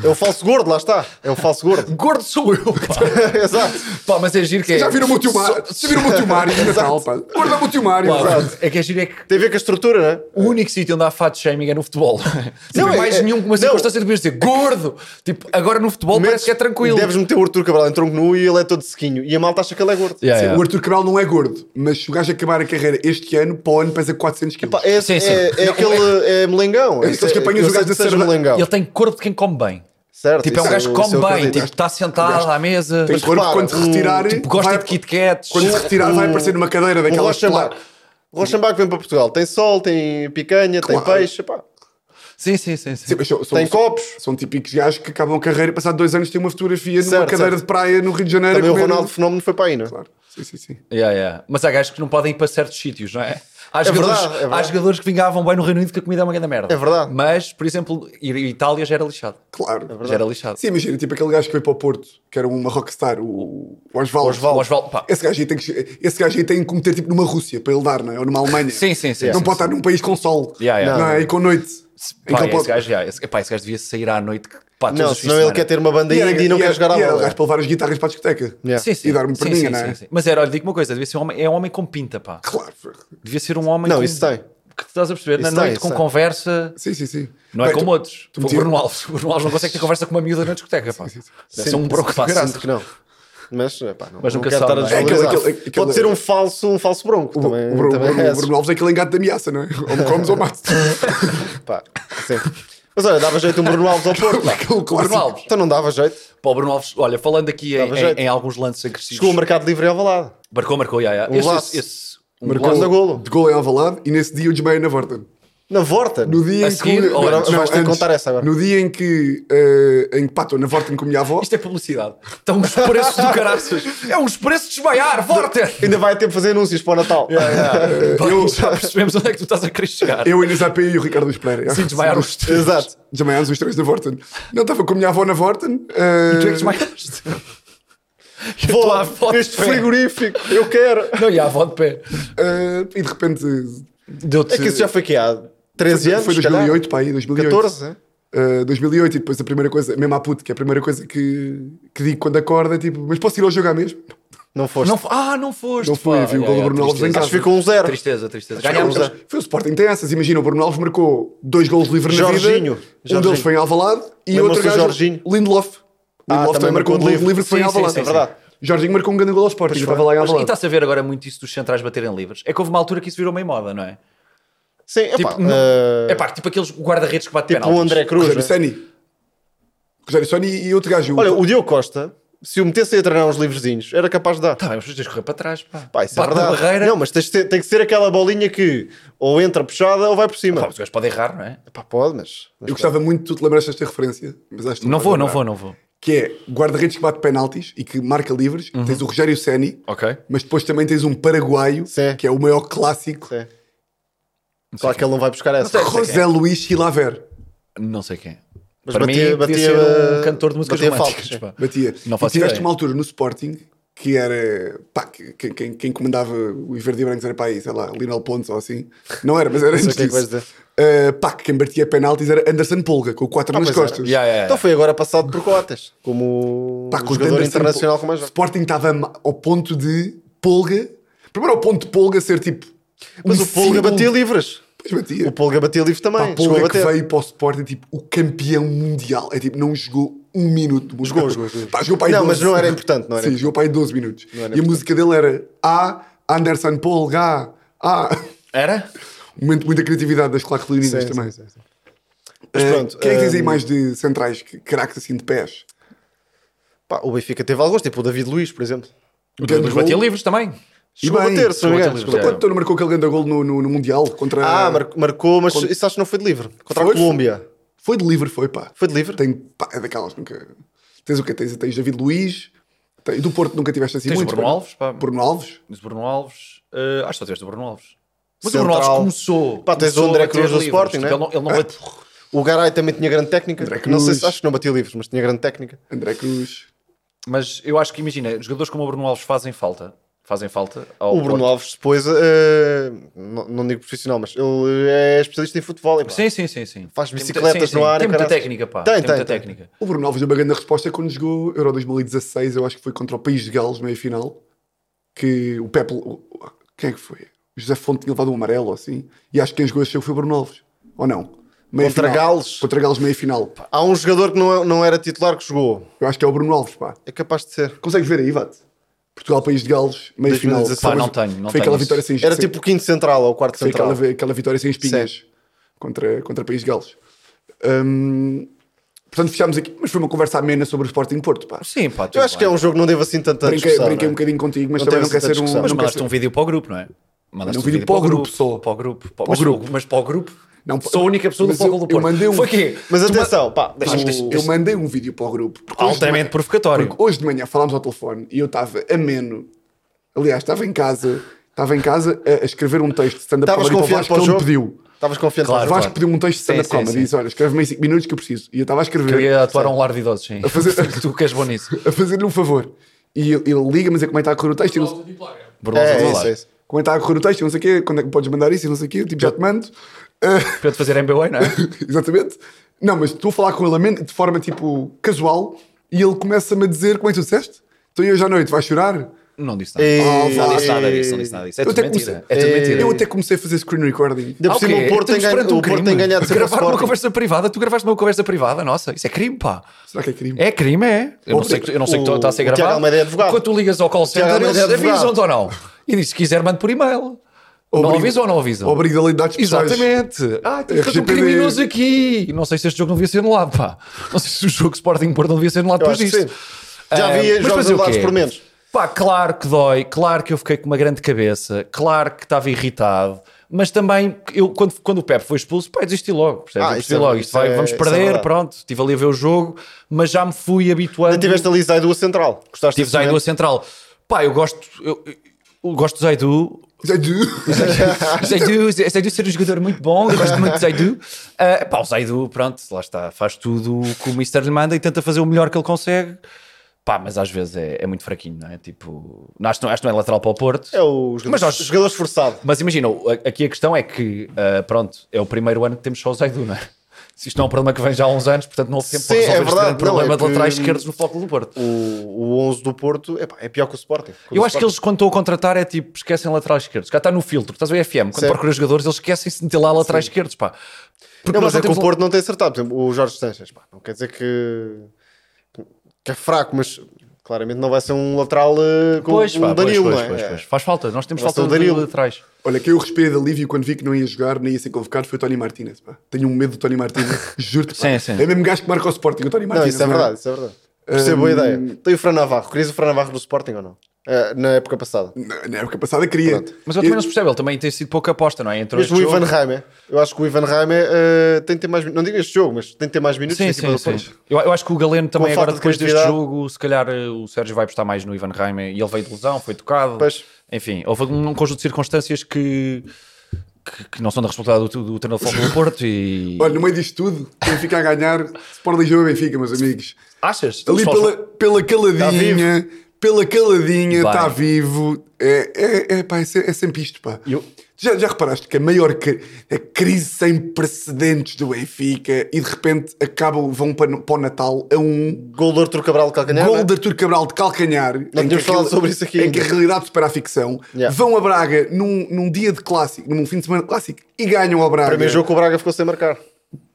S2: É o falso gordo, lá está. É o falso gordo.
S1: Gordo sou eu, pá.
S2: Exato.
S1: Pá, mas é giro que é.
S3: Já viram o meu tio Mário? Já viram o meu tio Mário no Natal, pá? Guarda o meu tio Mário.
S1: Pá,
S3: pá.
S1: É que é giro é que
S2: Tem a ver com a estrutura, não é?
S1: o único sítio onde há fat shaming é no futebol. Não,
S2: Não, é-
S1: é mais
S2: é-
S1: nenhum, mas
S2: não.
S1: circunstância de poderes dizer gordo. Tipo, agora no futebol parece que é tranquilo.
S2: Deves meter o Arthur Cabral em tronco nu e ele é todo sequinho. E a malta acha que ele é gordo.
S1: Yeah, yeah.
S3: O Arthur Cabral não é gordo, mas se o gajo acabar a carreira este ano, para o ano pesa 400 quilos.
S2: Pá, é,
S1: Sim,
S2: é-
S1: sim.
S2: é
S1: Não,
S2: aquele. É, melengão.
S3: É aqueles que apanham
S2: eu
S3: os
S2: sei
S3: gajos
S2: que
S3: da
S2: seja
S3: cerveja.
S2: melengão.
S1: Ele tem corpo de quem come bem.
S2: Certo,
S1: Tipo, é um
S2: isso
S1: gajo que
S2: eu- isso
S1: come
S2: eu
S1: bem,
S2: acredito.
S1: tipo, está sentado à mesa,
S3: Tem
S2: Mas
S3: corpo
S2: repara,
S3: quando se
S2: um-
S3: retirar.
S1: tipo, gosta
S3: vai-
S1: de Kit Kats.
S3: Quando se retirar, vai
S2: O-
S3: aparecer numa cadeira
S2: O
S3: daquelas.
S2: Rochambeau. O Rochambeau que vem para Portugal. Tem sol, tem picanha, tem
S3: Claro.
S2: peixe, pá.
S1: Sim, sim, sim. sim.
S3: Sim, mas são, são-
S2: tem
S3: são-
S2: copos.
S3: são típicos gajos que acabam a carreira e passado dois anos têm uma fotografia numa
S2: Certo,
S3: cadeira
S2: certo.
S3: de praia no Rio de Janeiro.
S2: Também
S3: a
S2: o
S3: comer-
S2: Ronaldo Fenómeno foi para aí, não é?
S3: Claro. Sim, sim, sim.
S1: Yeah, yeah. Mas há gajos que não podem ir para certos sítios, não é? Há,
S2: É
S1: jogadores,
S2: verdade, é verdade.
S1: há jogadores que vingavam bem no Reino Unido que a comida é uma grande merda.
S2: É verdade.
S1: Mas, por exemplo, ir à Itália já era lixado.
S3: Claro.
S1: Já era lixado.
S3: Sim, imagina, tipo aquele gajo que veio para o Porto, que era uma rockstar, o o Osvaldo.
S1: O Osvaldo, pá.
S3: Esse gajo, aí tem que, esse gajo aí tem que meter tipo numa Rússia para ele dar, não é? Ou numa Alemanha.
S1: Sim, sim, sim,
S3: Não
S1: sim,
S3: pode estar num país com sol.
S1: Yeah, yeah.
S3: Não, é? E com noite. Em que
S1: Pá,
S3: ele
S1: esse,
S3: pode-
S1: gajo, yeah, esse, pá, esse gajo devia sair à noite. que- Pá, todos
S2: Não,
S1: os fins de
S2: senão ele
S1: semana.
S2: quer ter uma banda indie e não quer jogar à
S3: e era o gajo
S2: bola.
S3: para levar as guitarras para a discoteca.
S2: Yeah.
S1: Sim, sim.
S3: E dar-me
S1: Sim,
S3: perninha,
S1: sim,
S3: não é?
S1: sim, sim. Mas era, olha, digo uma coisa, devia ser um homem, é um homem com pinta, pá.
S3: Claro.
S1: Devia ser um homem
S2: Não,
S1: com...
S2: isso tem.
S1: Que estás a perceber?
S2: Isso
S1: Na
S2: tem,
S1: noite,
S2: isso
S1: com
S2: tem.
S1: conversa...
S3: Sim, sim, sim.
S1: Não é
S3: Bem,
S1: como
S3: tu-
S1: outros.
S3: tu
S1: o
S3: metias-
S1: Bruno Alves. O Bruno Alves não consegue ter conversa com uma miúda na discoteca, pá.
S3: sim, sim.
S1: Deve ser um bronco de
S2: Pá,
S1: graça.
S2: sinto que não. Mas, epá, não,
S1: Mas
S2: não
S1: nunca
S2: quero
S1: sabe,
S2: estar
S1: não
S2: a
S1: é? É
S3: aquele-
S2: desvalorizar.
S3: aquele- aquele-
S2: Pode ser um falso, um falso bronco.
S3: O,
S2: também,
S3: o, Bruno-
S2: também
S3: o Bruno-
S2: é
S3: o Bruno Alves é aquele engate de ameaça, não é? Ou me comes ou mato.
S2: esse, pá, sim. Mas olha, dava jeito um Bruno Alves ao Porto. pá.
S3: Aquele
S1: Bruno
S3: clássico.
S1: Alves.
S2: Então não dava jeito.
S1: Pá, o Bruno Alves, olha, falando aqui em,
S2: Dava
S1: em-
S2: jeito.
S1: em alguns lances agressivos.
S2: Chegou o Mercado Livre ao Valado.
S1: Marcou, marcou, já, já.
S2: Um laço.
S1: um
S2: Marcou.
S1: laço.
S2: Quase a golo.
S3: De gol em Alvalade e nesse dia eu desmaiei na Vorten.
S2: Na Vorta.
S3: No dia
S1: A
S3: em
S1: seguir,
S3: que.
S1: ou antes?
S2: Vais ter que contar essa agora.
S3: No dia em que. eh, em que pá, estou na Vorten com a minha
S2: um
S3: avó.
S1: Isto é publicidade. Estão uns preços do caraças. É uns preços de desmaiar, Vorter!
S2: Ainda vai ter que fazer anúncios para o Natal.
S1: Eu já percebemos onde é que tu estás a querer chegar.
S3: Eu, Inês AP e o Ricardo Luís Pereira.
S1: Sim, desmaiar os três.
S2: Exato.
S3: Desmaiámos os três na Vorten. Não, estava com a minha avó na Vorten.
S1: Tu é que
S3: eh,
S1: desmaiaste. Eu
S2: Vou
S1: estou à avó de
S2: este
S1: pé.
S2: frigorífico, eu quero.
S1: Não, e à avó de pé.
S3: eh, e de repente.
S1: Deu-te.
S2: É que isso já foi que há 13 anos,
S3: Foi
S2: se calhar.
S3: 2008, pá, aí, 2008.
S2: 14, é?
S3: Uh, 2008 e depois a primeira coisa, mesmo à puta, que é a primeira coisa que, que digo quando acorda, é tipo, mas posso ir ao jogar mesmo?
S2: Não foste.
S1: Não, fo- ah, não foste.
S3: Não fui,
S1: pá.
S3: vi o
S1: Já,
S3: gol do
S1: já,
S3: Bruno Alves em
S1: tristeza.
S3: casa.
S2: Acho que ficou um zero.
S1: Tristeza, tristeza.
S2: Ganhámos
S1: Ganhámos
S2: a-
S1: a...
S3: Foi o Sporting tem essas, imagina, o Bruno Alves marcou dois gols livres na vida,
S2: Jorginho,
S3: um
S2: Jorginho.
S3: deles foi em Alvalade e
S2: Lembram-se
S3: outro
S2: do
S3: gajo,
S2: Jorginho?
S3: Lindelof.
S2: Ah,
S3: Lindelof
S2: também
S3: também marcou um
S2: marcou
S3: gol
S2: um
S3: livre, que foi
S1: livre.
S3: em
S1: Sim,
S3: Alvalade.
S1: sim, sim,
S2: é verdade.
S3: Jorginho marcou um grande gol ao Sporting, eu estava
S1: Mas,
S3: lá em
S1: e
S2: tá-
S3: Alvalade.
S1: está-se a ver agora muito isso dos centrais baterem livres. É que houve uma altura que isso virou meio moda, não é?
S2: Sim, é
S1: Tipo,
S2: pá.
S1: não- É pá, tipo aqueles guarda-redes que batem
S2: tipo o André Cruz.
S3: Rogério
S2: né?
S1: é
S3: Sani. Rogério Sani e outro gajo.
S2: Olha, o Diogo Costa, se o metesse aí a treinar uns livrezinhos, era capaz de dar.
S1: Tá bem, mas tu tens de correr para trás, pá.
S2: Pá, isso é
S1: Bate na
S2: verdade.
S1: barreira.
S2: Não, mas tens de ter- tem que ser aquela bolinha que ou entra puxada ou vai por cima.
S1: Pá, os gajos podem errar, não é?
S2: Pá, pode, mas. mas
S3: eu gostava muito de tu te lembraste desta referência, mas acho que
S1: Não
S3: vais
S1: vou, não
S3: lembrar.
S1: vou, não vou.
S3: Que é guarda-redes que bate penaltis e que marca livres.
S1: Uhum.
S3: Tens o Rogério Seni,
S1: Ok.
S3: mas depois também tens um paraguaio,
S2: Sim.
S3: que é o maior clássico,
S2: pode. Sim. Claro que ele não vai buscar essa.
S1: sei.
S3: José Luís Chilaver.
S1: Não sei quem.
S2: Mas
S1: Para
S2: batia-
S1: mim, podia
S2: batia-
S1: ser um cantor de músicas
S2: batia
S1: românticas.
S2: faltas,
S1: pá.
S3: Batia.
S1: Não
S3: E
S1: faço
S3: tiveste
S1: ideia.
S3: uma altura no Sporting que era pá, que- quem, quem, quem comandava os verdes e brancos era pá, aí, sei lá, Lionel Pontes ou assim. Não era, mas era
S2: sei
S3: antes
S2: o que é que vais
S3: disso. Uh, pá, que quem batia penaltis era Anderson Polga, com 4 nas
S2: pois era.
S3: costas.
S1: Yeah, yeah,
S2: Então
S1: yeah.
S2: foi agora passado por cotas, como
S3: Pá,
S2: o
S3: com o
S2: Um jogador
S3: Anderson
S2: internacional
S3: Pol-
S2: com mais jogos.
S3: Sporting estava ma- ao ponto de Polga. Primeiro ao ponto de Polga ser tipo.
S2: Mas
S3: um
S2: o Polga
S3: símbolo-
S2: batia livres.
S3: Pois batia.
S2: O Polga batia livre também.
S3: Pá,
S2: Chegou a
S3: Polga que
S2: bater.
S3: veio para o Sporting, tipo, o campeão mundial. É tipo, não jogou um minuto. de
S2: Jogou,
S3: música.
S2: jogou, jogou.
S3: Pá, jogou para aí
S2: Não,
S3: 12.
S2: mas não era importante, não era
S3: Sim, jogou para aí 12 minutos.
S2: Não era
S3: E a música dele era A, Anderson Polga, A.
S1: Era?
S3: Um momento de muita criatividade das claques leoninas
S2: Sim,
S3: também.
S2: sim, sim, sim. Mas
S3: Eh,
S2: pronto,
S3: Quem é que tens aí
S2: hum,
S3: mais de centrais, que- craques assim de pés?
S2: Pá, o Benfica teve alguns, tipo o David Luiz, por exemplo.
S1: O
S2: Então
S1: Dudu batia livros também.
S2: Chegou a
S3: bem,
S2: bater, se não
S1: chegou a bater
S2: me engano. Chegou a
S1: livres,
S2: bater.
S3: Quando tu não marcou aquele grande gol no, no- no Mundial contra.
S2: Ah, mar- marcou, mas isso acho que não foi de livre. Contra
S3: Foi?
S2: a Colômbia.
S3: Foi de livre, foi pá.
S2: Foi de livre?
S3: Tem, pá, é daquelas nunca. Tens o quê? Tens, tens David Luiz. Tem- do Porto nunca tiveste assim
S1: Tens o
S3: muito.
S1: Bruno
S3: pá.
S1: Alves, pá.
S3: Bruno Alves.
S1: Mas o Bruno Alves. eh, acho que só tiveste o Bruno Alves. Mas o
S2: Central.
S1: Bruno Alves começou.
S2: Pá, tens o
S1: começou
S2: André
S1: a ter
S2: Cruz do
S1: livros,
S2: Sporting,
S1: tipo,
S2: né?
S1: Ele não, ele não bate-
S2: O Garay também tinha grande técnica.
S3: André
S2: Não sei
S3: Cruz.
S2: se acho que não batia livres, mas tinha grande técnica.
S3: André Cruz.
S1: Mas eu acho que, imagina, jogadores como o Bruno Alves fazem falta. Fazem falta ao
S2: O Bruno
S1: Porto.
S2: Alves depois, eh, não, não digo profissional, mas ele é especialista em futebol. e pá,
S1: Sim, sim, sim, sim.
S2: Faz
S1: Tem muita-
S2: bicicletas
S1: sim, sim.
S2: no ar,
S1: Tem muita
S2: caralho.
S1: técnica, pá.
S2: Tem,
S1: Tem,
S2: tem,
S1: muita
S2: tem.
S1: técnica.
S3: O Bruno Alves deu uma grande resposta quando jogou Euro 2016, eu acho que foi contra o País de Gales, meia final. Que o Pepe. o- o- Quem é que foi? O José Fonte tinha levado um amarelo ou assim. E acho que quem jogou esse jogo foi o Bruno Alves. Ou não? Meia
S2: Contra Gales?
S3: Contra Gales, meia final.
S2: Há um jogador que não, é- não era titular que jogou.
S3: Eu acho que é o Bruno Alves, pá.
S2: É capaz de ser.
S3: Consegues ver aí, Vate? Portugal, País de Gales, meia final.
S2: 2016.
S1: Pá, não tenho, não
S3: Foi
S1: tenho
S3: aquela
S1: isso.
S3: vitória sem
S2: Era
S3: sem-
S2: tipo o quinto central ou o quarto
S3: Foi
S2: central.
S3: aquela, vi- aquela vitória sem espinhas contra, contra País de Gales. Hum, portanto, fechámos aqui. Mas foi uma conversa amena sobre o Sporting Porto, pá.
S1: Sim, pá.
S2: Eu
S1: tudo
S2: acho que é
S1: bem.
S2: um jogo que não devo assim tanta
S3: Brinquei,
S2: discussão.
S3: brinquei
S2: não
S3: um
S2: é?
S3: bocadinho contigo, mas
S2: Não
S3: também
S2: teve
S3: não quer
S2: tanta
S3: ser um.
S2: discussão.
S1: Mas
S3: não quer
S1: mandaste
S3: ser-
S1: um vídeo para o grupo, não é? Mandaste
S3: Não, um vídeo para o grupo só.
S1: Para o grupo. Pá,
S3: o
S1: mas,
S3: grupo.
S1: mas para o grupo.
S3: Não,
S1: sou a única pessoa do
S3: mas eu-
S1: Fóculo do
S3: eu
S1: Porto.
S3: mandei um-
S1: Foi quê?
S2: Mas
S1: Tu ma-
S2: atenção, pá, deixa-
S1: Acho que
S2: deixa-
S3: Eu mandei um vídeo para o grupo. porque hoje de
S1: Altamente
S3: manhã-
S1: provocatório.
S3: Porque hoje de manhã falámos ao telefone e eu estava ameno. Aliás, estava em casa. Estava em casa a, a escrever um texto de stand-up
S2: Estavas
S3: comedy para o
S2: confiante
S3: Vasco
S2: para o
S3: que ele me
S2: jogo?
S3: pediu.
S2: Estavas confiante
S1: Claro,
S2: para
S3: O
S2: o jogo?
S3: Vasco pediu um texto de stand-up
S1: Sim, sim,
S3: comedy e
S1: sim.
S3: disse: Olha, escreve-me em 5 minutos que eu preciso. E eu estava a escrever.
S1: Eu ia atuar a um lar de idosos, sim.
S3: A fazer-
S1: Tu que és bom nisso.
S3: a fazer-lhe um favor. E ele, ele liga-me a dizer como é que está a correr o texto. E não,
S1: Bruno Alves um
S2: É,
S1: a
S2: é isso,
S1: falar.
S2: é isso.
S3: como é que está a correr o texto? e Não sei o quê, quando é que me podes mandar isso? e Não sei o quê, eu, tipo, já te mando. Ah,
S1: Para eu te fazer MBA, não é?
S3: exatamente. Não, mas estou a falar com ele amen- de forma tipo casual e ele começa-me a dizer como é que tu disseste? Então e hoje à noite vais chorar?
S1: Não disse
S2: E-
S1: nada. Não
S2: e-
S1: disse nada disso, não disse nada disso. É
S3: Eu
S1: tudo
S3: até
S1: mentira.
S3: comecei-
S1: É tudo
S2: Eh,
S1: mentira.
S3: Eu até comecei a fazer screen recording.
S2: Ainda por
S1: Ah, quê?
S2: cima, o Porto tem
S1: Estamos
S2: ganho-
S1: perante um
S2: o Porto
S1: crime.
S2: tem ganhado sempre ao
S1: Gravar uma
S2: Sporting.
S1: conversa privada, tu gravaste uma conversa privada, nossa, isso é crime, pá.
S3: Será que é crime?
S1: É crime, é. Eu não
S3: Obrigado.
S1: sei, que- eu não sei que
S2: O-
S1: está a ser
S2: o Tiago
S1: gravado.
S2: Almeida é advogado.
S1: Quando tu ligas ao call center,
S2: Almeida
S1: eles
S2: é advogado.
S1: avisam-te ou não? E diz, se quiser, mando por e-mail. Não
S3: Obrigo-
S1: avisam ou não avisam?
S3: Ao abrigo da lei de dados pessoais.
S1: Exatamente. Ah, tem um
S3: RGPD.
S1: criminoso aqui. Não sei se este jogo não devia ser anulado, pá. Não sei se o jogo Sporting Porto não devia ser anulado
S2: Eu
S1: depois
S2: acho que
S1: disto.
S2: sim. Já
S1: Ah,
S2: havia
S1: mas
S2: jogos
S1: fazer o
S2: anulados
S1: quê?
S2: por menos.
S1: Pá, claro que dói, claro que eu fiquei com uma grande cabeça, claro que estava irritado, mas também, eu, quando, quando o Pepe foi expulso, pá, desisti logo, percebes?
S2: Ah,
S1: Eu desisti
S2: isso é-
S1: logo, isto
S2: isso
S1: vai,
S2: é-
S1: vamos
S2: isso é
S1: perder,
S2: verdade.
S1: pronto, estive ali a ver o jogo, mas já me fui habituando.
S2: Ainda tiveste ali Zaidu a central. Gostaste
S1: Tive
S2: desse
S1: Zaidu a
S2: momento?
S1: central. Pá, eu gosto, eu, eu gosto do Zaidu.
S3: é
S1: Zaidu, Zaidu ser um jogador muito bom, eu gosto muito de Zaidu. Ah, pá, o Zaidu, pronto, lá está, faz tudo o que o Mister lhe manda e tenta fazer o melhor que ele consegue. Pá, mas às vezes é, é muito fraquinho, não é? Tipo, não, acho, que não- acho que não é lateral para o Porto.
S2: É o jogador,
S1: Mas nós-
S2: jogador esforçado.
S1: Mas imagina, o- a- aqui a questão é que, ah, pronto, é o primeiro ano que temos só o Zaidu, não é? Se isto não é um problema que vem já há uns anos, portanto não houve tempo para
S2: Sim, é
S1: resolver este
S2: verdade.
S1: grande
S2: Não,
S1: problema
S2: é
S1: de laterais
S2: que-
S1: esquerdos no Fóculo do Porto.
S2: O, o 11 do Porto epá, é pior que o Sporting.
S1: Eu acho que eles, quando estão a contratar, é tipo, esquecem laterais esquerdos. Cá está no filtro, estás a ver FM. Quando
S2: Certo.
S1: procuram jogadores, eles esquecem-se de meter lá laterais esquerdos, pá. Porque
S2: Não,
S1: nós
S2: mas é que o
S1: temos
S2: Porto não tem acertado. Por exemplo, o Jorge Sanches. pá, não quer dizer que, que é fraco, mas claramente não vai ser um lateral eh, com
S1: Pois,
S2: um
S1: pá, pois,
S2: Danilo,
S1: pois,
S2: não é?
S1: pois,
S2: É.
S1: pois. Faz falta, nós temos
S2: Vai
S1: falta
S2: ser o
S1: de
S2: Danilo.
S1: laterais.
S3: Olha, que eu respirei de alívio quando vi que não ia jogar, nem ia ser convocado, foi o Tony Martínez. Pá. Tenho um medo do Tony Martínez, juro-te. pá.
S1: Sim, sim.
S3: É o mesmo gajo que marca o Sporting, o Tony
S2: Não,
S3: Martínez.
S2: isso é verdade, isso é verdade. Percebo a
S1: Hum.
S2: ideia. Tem o Fran Navarro. Querias o Fran Navarro no Sporting ou não? Eh, na época passada.
S3: Na, na época passada queria.
S1: Mas eu também não se percebe, ele também tem sido pouca aposta, não é? Entrou
S2: Mesmo o
S1: este jogo-
S2: Ivan Raime. Eu acho que o Ivan Raime eh, tem de ter mais minutos. Não digo este jogo, mas tem de ter mais minutos.
S1: Sim,
S2: na
S1: sim,
S2: equipa do
S1: sim.
S2: Porto.
S1: Eu, eu acho que o Galeno também agora,
S2: falta de
S1: depois deste
S2: criatividade.
S1: jogo, se calhar eh, o Sérgio vai apostar mais no Ivan Raime e ele veio de lesão, foi tocado.
S2: Pois.
S1: Enfim, houve um conjunto de circunstâncias que, que, que não são da responsabilidade do, do treinador do Futebol do Porto e...
S3: Olha, no meio disto tudo, quem fica a ganhar, Sport Lisboa e Benfica, meus amigos.
S1: Achas?
S3: Ali
S1: Só-
S3: pela, pela
S2: Está
S3: caladinha, pela caladinha,
S1: Vai.
S3: está vivo. É, é, é, pá, é, se- é sempre isto, pá.
S1: Eu-
S3: Já, já reparaste que a maior cri- a crise sem precedentes do Benfica e de repente acabam, vão para, para o Natal a um
S2: Gol do Arthur Cabral de calcanhar.
S3: gol
S2: né?
S3: de Artur Cabral de calcanhar. em que
S2: tínhamos
S3: a
S2: falado
S3: reali-
S2: sobre isso aqui
S3: Em
S2: ainda.
S3: que a realidade supera a ficção.
S2: Yeah.
S3: Vão a Braga num, num dia de clássico, num fim de semana de clássico e ganham a Braga.
S2: Primeiro jogo que o Braga ficou sem marcar.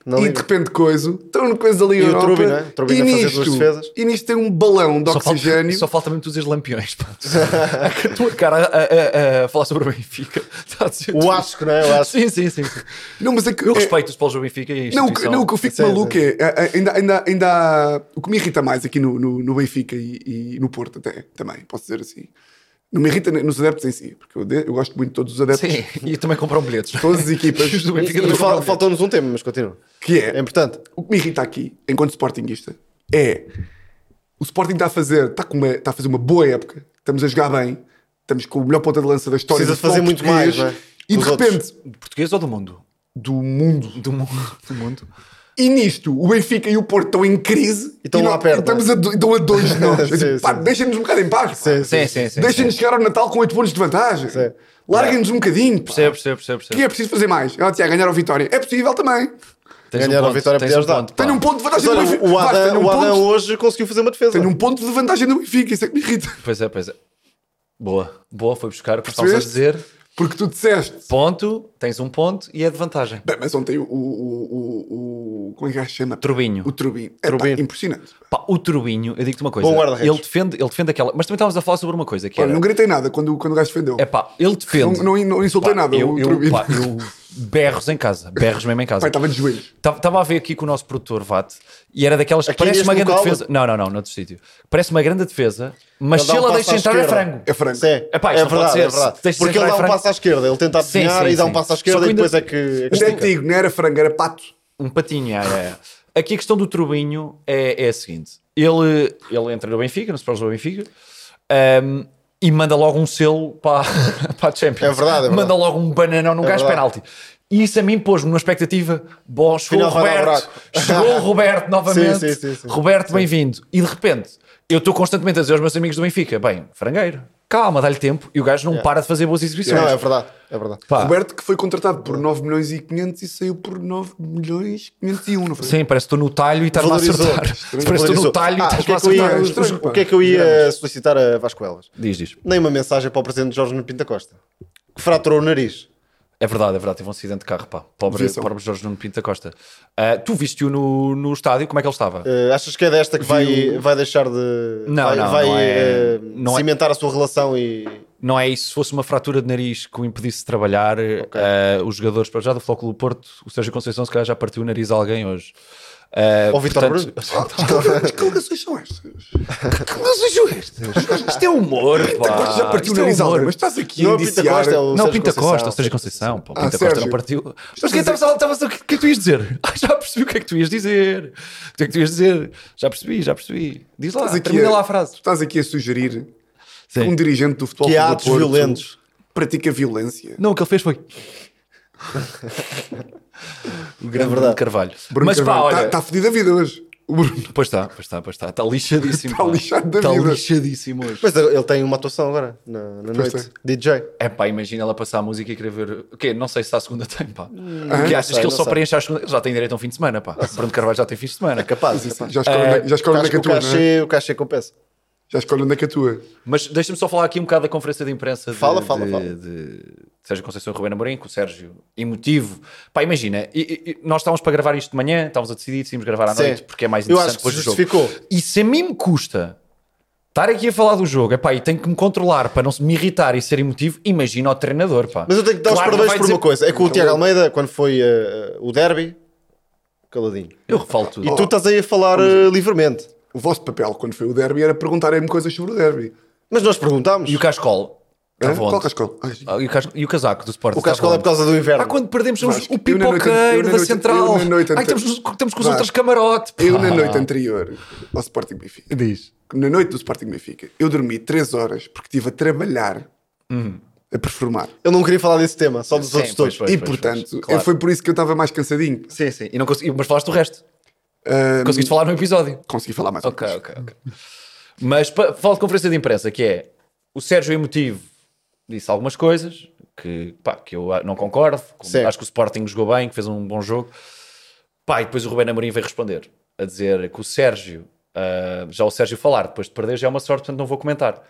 S2: Não
S3: E de repente coisa, estão no coisa ali
S2: E o
S3: Europa,
S2: Trubin, não é? Trubin
S3: e,
S2: a fazer duas
S3: nisto,
S2: defesas.
S3: e nisto tem um balão de
S1: Só falta,
S3: oxigênio.
S1: só falta mesmo tu dizer lampiões. Pá. a tua cara a, a- a falar sobre o Benfica. Está a dizer
S2: O
S1: tudo.
S2: Asco, não é? O Asco.
S1: Sim, sim, sim.
S3: Não, mas é que,
S1: Eu
S3: é-
S1: respeito os paulos do Benfica e a
S3: Não, o que-
S1: instituição.
S3: não, o que eu fico
S2: Sim,
S3: maluco é. é, é, Ainda, ainda, ainda há- o que me irrita mais aqui no, no, no Benfica e, e no Porto, até também, posso dizer assim. Não me irrita nos adeptos em si, porque eu, de- eu gosto muito de todos os adeptos,
S1: Sim, e também compram bilhetes.
S3: todas as equipas.
S1: Os do Benfica
S2: E
S1: também
S2: fal-
S1: compram bilhetes.
S2: Faltou-nos um tema, mas continua.
S3: que
S2: É
S3: é,
S2: importante.
S3: o que me irrita aqui, enquanto Sportingista, é o Sporting está a fazer, está, com uma- está a fazer uma boa época, estamos a jogar bem, estamos com o melhor ponta de lança da história.
S2: Precisa
S3: do futebol
S2: fazer muito
S3: português,
S2: mais, não é?
S3: E de
S2: Os
S3: repente,
S2: outros.
S1: Português ou do mundo?
S3: do mundo.
S1: Do mundo. Do mundo.
S3: E nisto, o Benfica e o Porto estão em crise
S2: E estão lá
S3: nós-
S2: perto,
S3: Estamos a, do- estão a dois de nós. Eu
S2: Sim,
S3: digo, pá,
S2: sim.
S3: Deixem-nos um bocado em paz. pá.
S1: Sim, sim, sim.
S3: Deixem-nos chegar ao Natal com 8 pontos de vantagem.
S2: Sim.
S3: Larguem-nos um bocadinho. pá.
S1: Percebo, percebo, percebo.
S3: O que é preciso fazer mais? Ela tinha a ganhar ao Vitória. É possível também.
S2: Ganhar a vitória
S1: tens
S2: podia
S1: um
S2: ajudar.
S1: ponto, pá.
S3: Tenho um ponto de
S2: Mas
S3: vantagem do
S2: olha,
S3: Benfica.
S2: o
S3: Vasco,
S2: Adam,
S3: tenho, um
S2: o Adam
S3: ponto,
S2: hoje conseguiu fazer uma defesa.
S3: tenho um ponto de vantagem do Benfica. Isso é que me irrita.
S1: Pois é, pois é. Boa. Boa, foi buscar o que estávamos a
S3: Percebeste?
S1: dizer.
S3: Porque tu disseste.
S1: Ponto, tens um ponto e é de vantagem.
S3: Bem, mas ontem o. o, o, o- como é que se chama?
S1: Turbinho.
S3: O Turbinho. É,
S2: Turbinho.
S3: Pá, impressionante.
S1: Pá, o Turbinho, eu digo-te uma coisa.
S2: Bom guarda-redes.
S1: ele defende, ele defende aquela. Mas também estávamos a falar sobre uma coisa que
S3: Olha,
S1: era.
S3: não gritei nada quando, quando o gajo defendeu.
S1: É pá, ele defende.
S3: Não- não- não insultei
S1: Pá,
S3: nada,
S1: Eu,
S3: o
S1: eu-
S3: Turbinho.
S1: pá, eu berros em casa. Berros mesmo em
S3: Pai,
S1: casa.
S3: estava de joelhos.
S1: Estava a ver aqui com o nosso produtor Vate e era daquelas que
S2: Aqui
S1: parece
S2: neste
S1: uma grande
S2: local?
S1: defesa. Não, não, não, noutro sítio. Parece uma grande defesa, mas
S2: Ele dá
S1: se
S2: um
S1: ela
S2: passo
S1: deixa
S2: à
S1: entrar é
S2: esquerda.
S1: frango.
S3: É franco.
S2: Sim. É,
S1: Epá, isto não pode
S2: verdade,
S1: ser.
S2: é verdade.
S1: Se deixas
S2: Porque
S1: entrar
S2: ele dá
S1: é
S2: um
S1: frango.
S2: passo à esquerda, ele tenta
S1: Sim,
S2: apanhar
S1: sim,
S2: e dá um
S1: sim.
S2: passo à
S1: Só que
S2: esquerda e
S1: ainda-
S2: depois é que.
S3: Isto é que digo, não era frango, era pato.
S1: Um patinho, é. é. Aqui a questão do Turbinho é, é a seguinte: ele, ele entra no Benfica, no Spurs do Benfica, ahm, e manda logo um selo para, para a Champions.
S2: É verdade, é verdade. É
S1: Manda logo um bananão num gajo
S2: verdade.
S1: penalti. E isso a mim pôs-me numa expectativa: bom, chegou o
S2: Final vai dar
S1: Roberto,
S2: buraco.
S1: chegou o Roberto novamente.
S2: Sim, sim, sim, sim.
S1: Roberto, bem-vindo. E de repente, eu estou constantemente a dizer aos meus amigos do Benfica: bem, frangueiro, calma, dá-lhe tempo, e o gajo não para de fazer boas exibições.
S2: Não, é verdade. É verdade.
S1: Pá,
S3: Roberto que foi contratado por 9 milhões e 500 e saiu por 9 milhões e 501, não foi?
S1: Sim, parece que estou no talho e estás-me a
S2: Valorizou.
S1: acertar. Parece que estou no
S2: Valorizou.
S1: talho e
S2: Ah, o que
S1: estás-me a
S2: é que
S1: acertar.
S2: eu ia-
S3: acertar. Estranho, pá.
S2: O que é que eu ia solicitar a Vascoelas?
S1: Diz, diz.
S2: Nem uma mensagem para o presidente Jorge Pinta Costa, que fraturou o nariz.
S1: É verdade, é verdade. Teve um acidente de carro, pá. Pobre,
S3: Deviação.
S1: pobre Jorge Nuno Pinto da Costa. Ah, tu viste-o no, no estádio, como é que ele estava?
S2: Eh, achas que é desta que vai, vai deixar de.
S1: Não,
S2: vai
S1: não,
S2: vai,
S1: não é-
S2: eh,
S1: não é-
S2: cimentar a sua relação e.
S1: Não é isso. Se fosse uma fratura de nariz que o impedisse de trabalhar, ah, os jogadores para já do Flóculo do Porto, o Sérgio Conceição, se calhar já partiu o nariz a alguém hoje. Ah,
S2: Ou Vitor
S1: portanto-
S2: Bruno?
S3: Mas que ligações são estas?
S1: Que gozos são estes? Isto é humor, pá. é
S3: Agora já partiu o nariz alguém, mas estás aqui
S2: Não é
S3: a
S2: o Pinta
S3: indiciar...
S2: Costa, é o-
S1: Não,
S2: Sérgio
S1: Pinta
S2: Conceição.
S1: Costa, ou Sérgio Conceição. Pá, o
S3: Ah,
S1: Pinta Costa não
S3: Sérgio.
S1: partiu. Mas
S3: Estás
S1: quem
S3: a dizer-
S1: estavas a- estavas a- o que é que tu ias dizer? Ah, já percebi o que é que tu ias dizer. O que é que tu ias dizer? Já percebi, já percebi. Diz lá,
S3: Estás aqui
S1: termina
S3: a-
S1: lá a frase.
S3: Estás aqui a sugerir que
S1: Sim.
S3: um dirigente do futebol
S2: Que há
S3: Clube do
S2: atos
S3: Porto
S2: violentos.
S3: pratica violência.
S1: Não, o que ele fez foi. o grande Bruno Carvalho. tá-
S3: Bruno
S1: Mas pá, olha.
S3: Está tá fodido a vida hoje. O Bruno
S1: Pois está, pois está, pois está. Está lixadíssimo.
S3: Está
S1: pá.
S3: lixado da
S1: Está
S3: vida.
S1: lixadíssimo hoje.
S2: Mas ele tem uma atuação agora, na, na
S3: Pois
S2: noite. DJ.
S1: É pá, imagina ela passar a música e querer ver. O quê? Não sei se está a segunda tem, pá. Porque achas
S2: sei,
S1: que ele
S2: não
S1: só
S2: sei.
S1: preenche a segunda. Ele já tem direito a um fim de semana, pá. Bruno Carvalho já tem fim de semana.
S2: É capaz.
S3: Sim,
S2: é
S3: sim,
S2: capaz.
S3: já escolhe onde é que- já escolhe onde é
S2: Acho
S3: que
S2: que o
S3: atua, não é?
S2: cachê, o cachê compensa.
S3: Já escolhe onde é que atua.
S1: Mas deixa-me só falar aqui um bocado da conferência de imprensa de,
S2: Fala, fala,
S1: de-
S2: fala.
S1: de Sérgio Conceição e Rubén Amorim, com o Sérgio emotivo. Pá, imagina, e- e- e nós estávamos para gravar isto de manhã, estávamos a decidir, decidimos gravar à
S2: Sim.
S1: noite, porque é mais
S2: Eu
S1: interessante
S2: acho que
S1: depois
S2: se
S1: do jogo.
S2: justificou.
S1: E se a mim me custa estar aqui a falar do jogo, epá, e tenho que me controlar para não se- me irritar e ser emotivo, imagina o treinador, pá.
S2: Mas eu tenho que dar
S1: Claro, não
S2: os parabéns
S1: vai
S2: por
S1: dizer-
S2: uma coisa. É que o Tiago Almeida, quando foi eh, o derby, caladinho.
S1: Eu refalo tudo.
S2: E tu estás aí a falar eh, livremente.
S3: O vosso papel, quando foi o derby, era perguntarem-me coisas sobre o derby.
S2: Mas nós perguntámos.
S1: E o Cascol?
S3: Hã?
S1: Estava
S3: Qual
S1: onde?
S3: cascola? Ai,
S1: Ah, E o, cas- e o casaco do Sporting?
S2: O Cascola é por causa do inverno.
S1: Ah, quando perdemos somos
S3: Vasco,
S1: o
S3: eu na noite- eu
S1: pipoqueiro
S3: na
S1: da
S3: noite-
S1: central.
S3: eu na noite
S1: Ai,
S3: anterior-
S1: estamos, estamos com os
S3: Vasco,
S1: outros camarote. pá.
S3: Eu, na noite anterior ao Sporting Benfica,
S1: Diz.
S3: na noite do Sporting Benfica, eu dormi 3 horas porque estive a trabalhar,
S1: Hum.
S3: a performar.
S2: Eu não queria falar desse tema, só dos
S1: Sim,
S2: outros
S1: pois,
S2: todos.
S1: pois,
S3: e,
S1: pois,
S3: portanto,
S1: pois, claro.
S3: eu- foi por isso que eu estava mais cansadinho. Hum,
S1: Sim, sim. E não consegui, mas falaste o resto. Conseguiste falar no episódio.
S3: Consegui falar mais um ou
S1: Ok,
S3: menos.
S1: ok, ok. Mas pa- falo de conferência de imprensa, que é o Sérgio Emotivo disse algumas coisas que, pá, que eu ah, não concordo. como
S2: Certo.
S1: acho que o Sporting jogou bem, que fez um bom jogo. Pá, e depois o Rubén Amorim veio responder a dizer que o Sérgio, ah, já o Sérgio falar depois de perder já é uma sorte, portanto não vou comentar.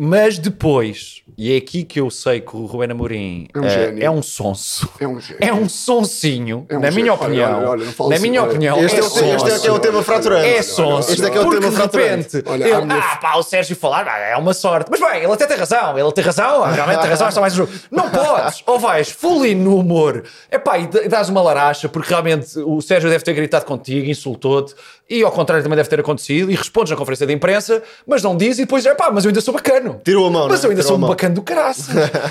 S1: Mas depois, e é aqui que eu sei que o Rubén Amorim
S3: É um
S1: ah,
S3: gênio.
S1: é um sonso.
S3: É um gênio.
S1: É um soncinho,
S3: É um
S1: na
S3: gênio.
S1: minha
S3: Olha,
S1: opinião.
S3: olha, olha, não fala
S1: na
S3: assim,
S1: minha
S3: olha.
S1: opinião,
S2: Este é,
S1: é
S2: o, te- este é, que é o
S1: sonso.
S2: tema fraturante.
S1: É sonso.
S2: Este é que é o
S1: Porque
S2: tema
S1: de
S2: fraturante.
S1: repente,
S3: Olha,
S1: ele,
S3: há a minha-
S1: ah, pá, o Sérgio falar, ah, é uma sorte. Mas bem, ele até tem razão, ele tem razão, ah, realmente tem razão, está mais um jogo. Não podes, ou vais full in no humor, epá, e d- dás uma laracha, porque realmente o Sérgio deve ter gritado contigo, insultou-te, e ao contrário também deve ter acontecido, e respondes na conferência de imprensa, mas não diz, e depois, epá, mas eu ainda sou bacano.
S2: Tirou a mão,
S1: Mas
S2: né?
S1: eu ainda
S2: Tirou
S1: sou
S2: a
S1: um
S2: mão.
S1: bacano do caraças.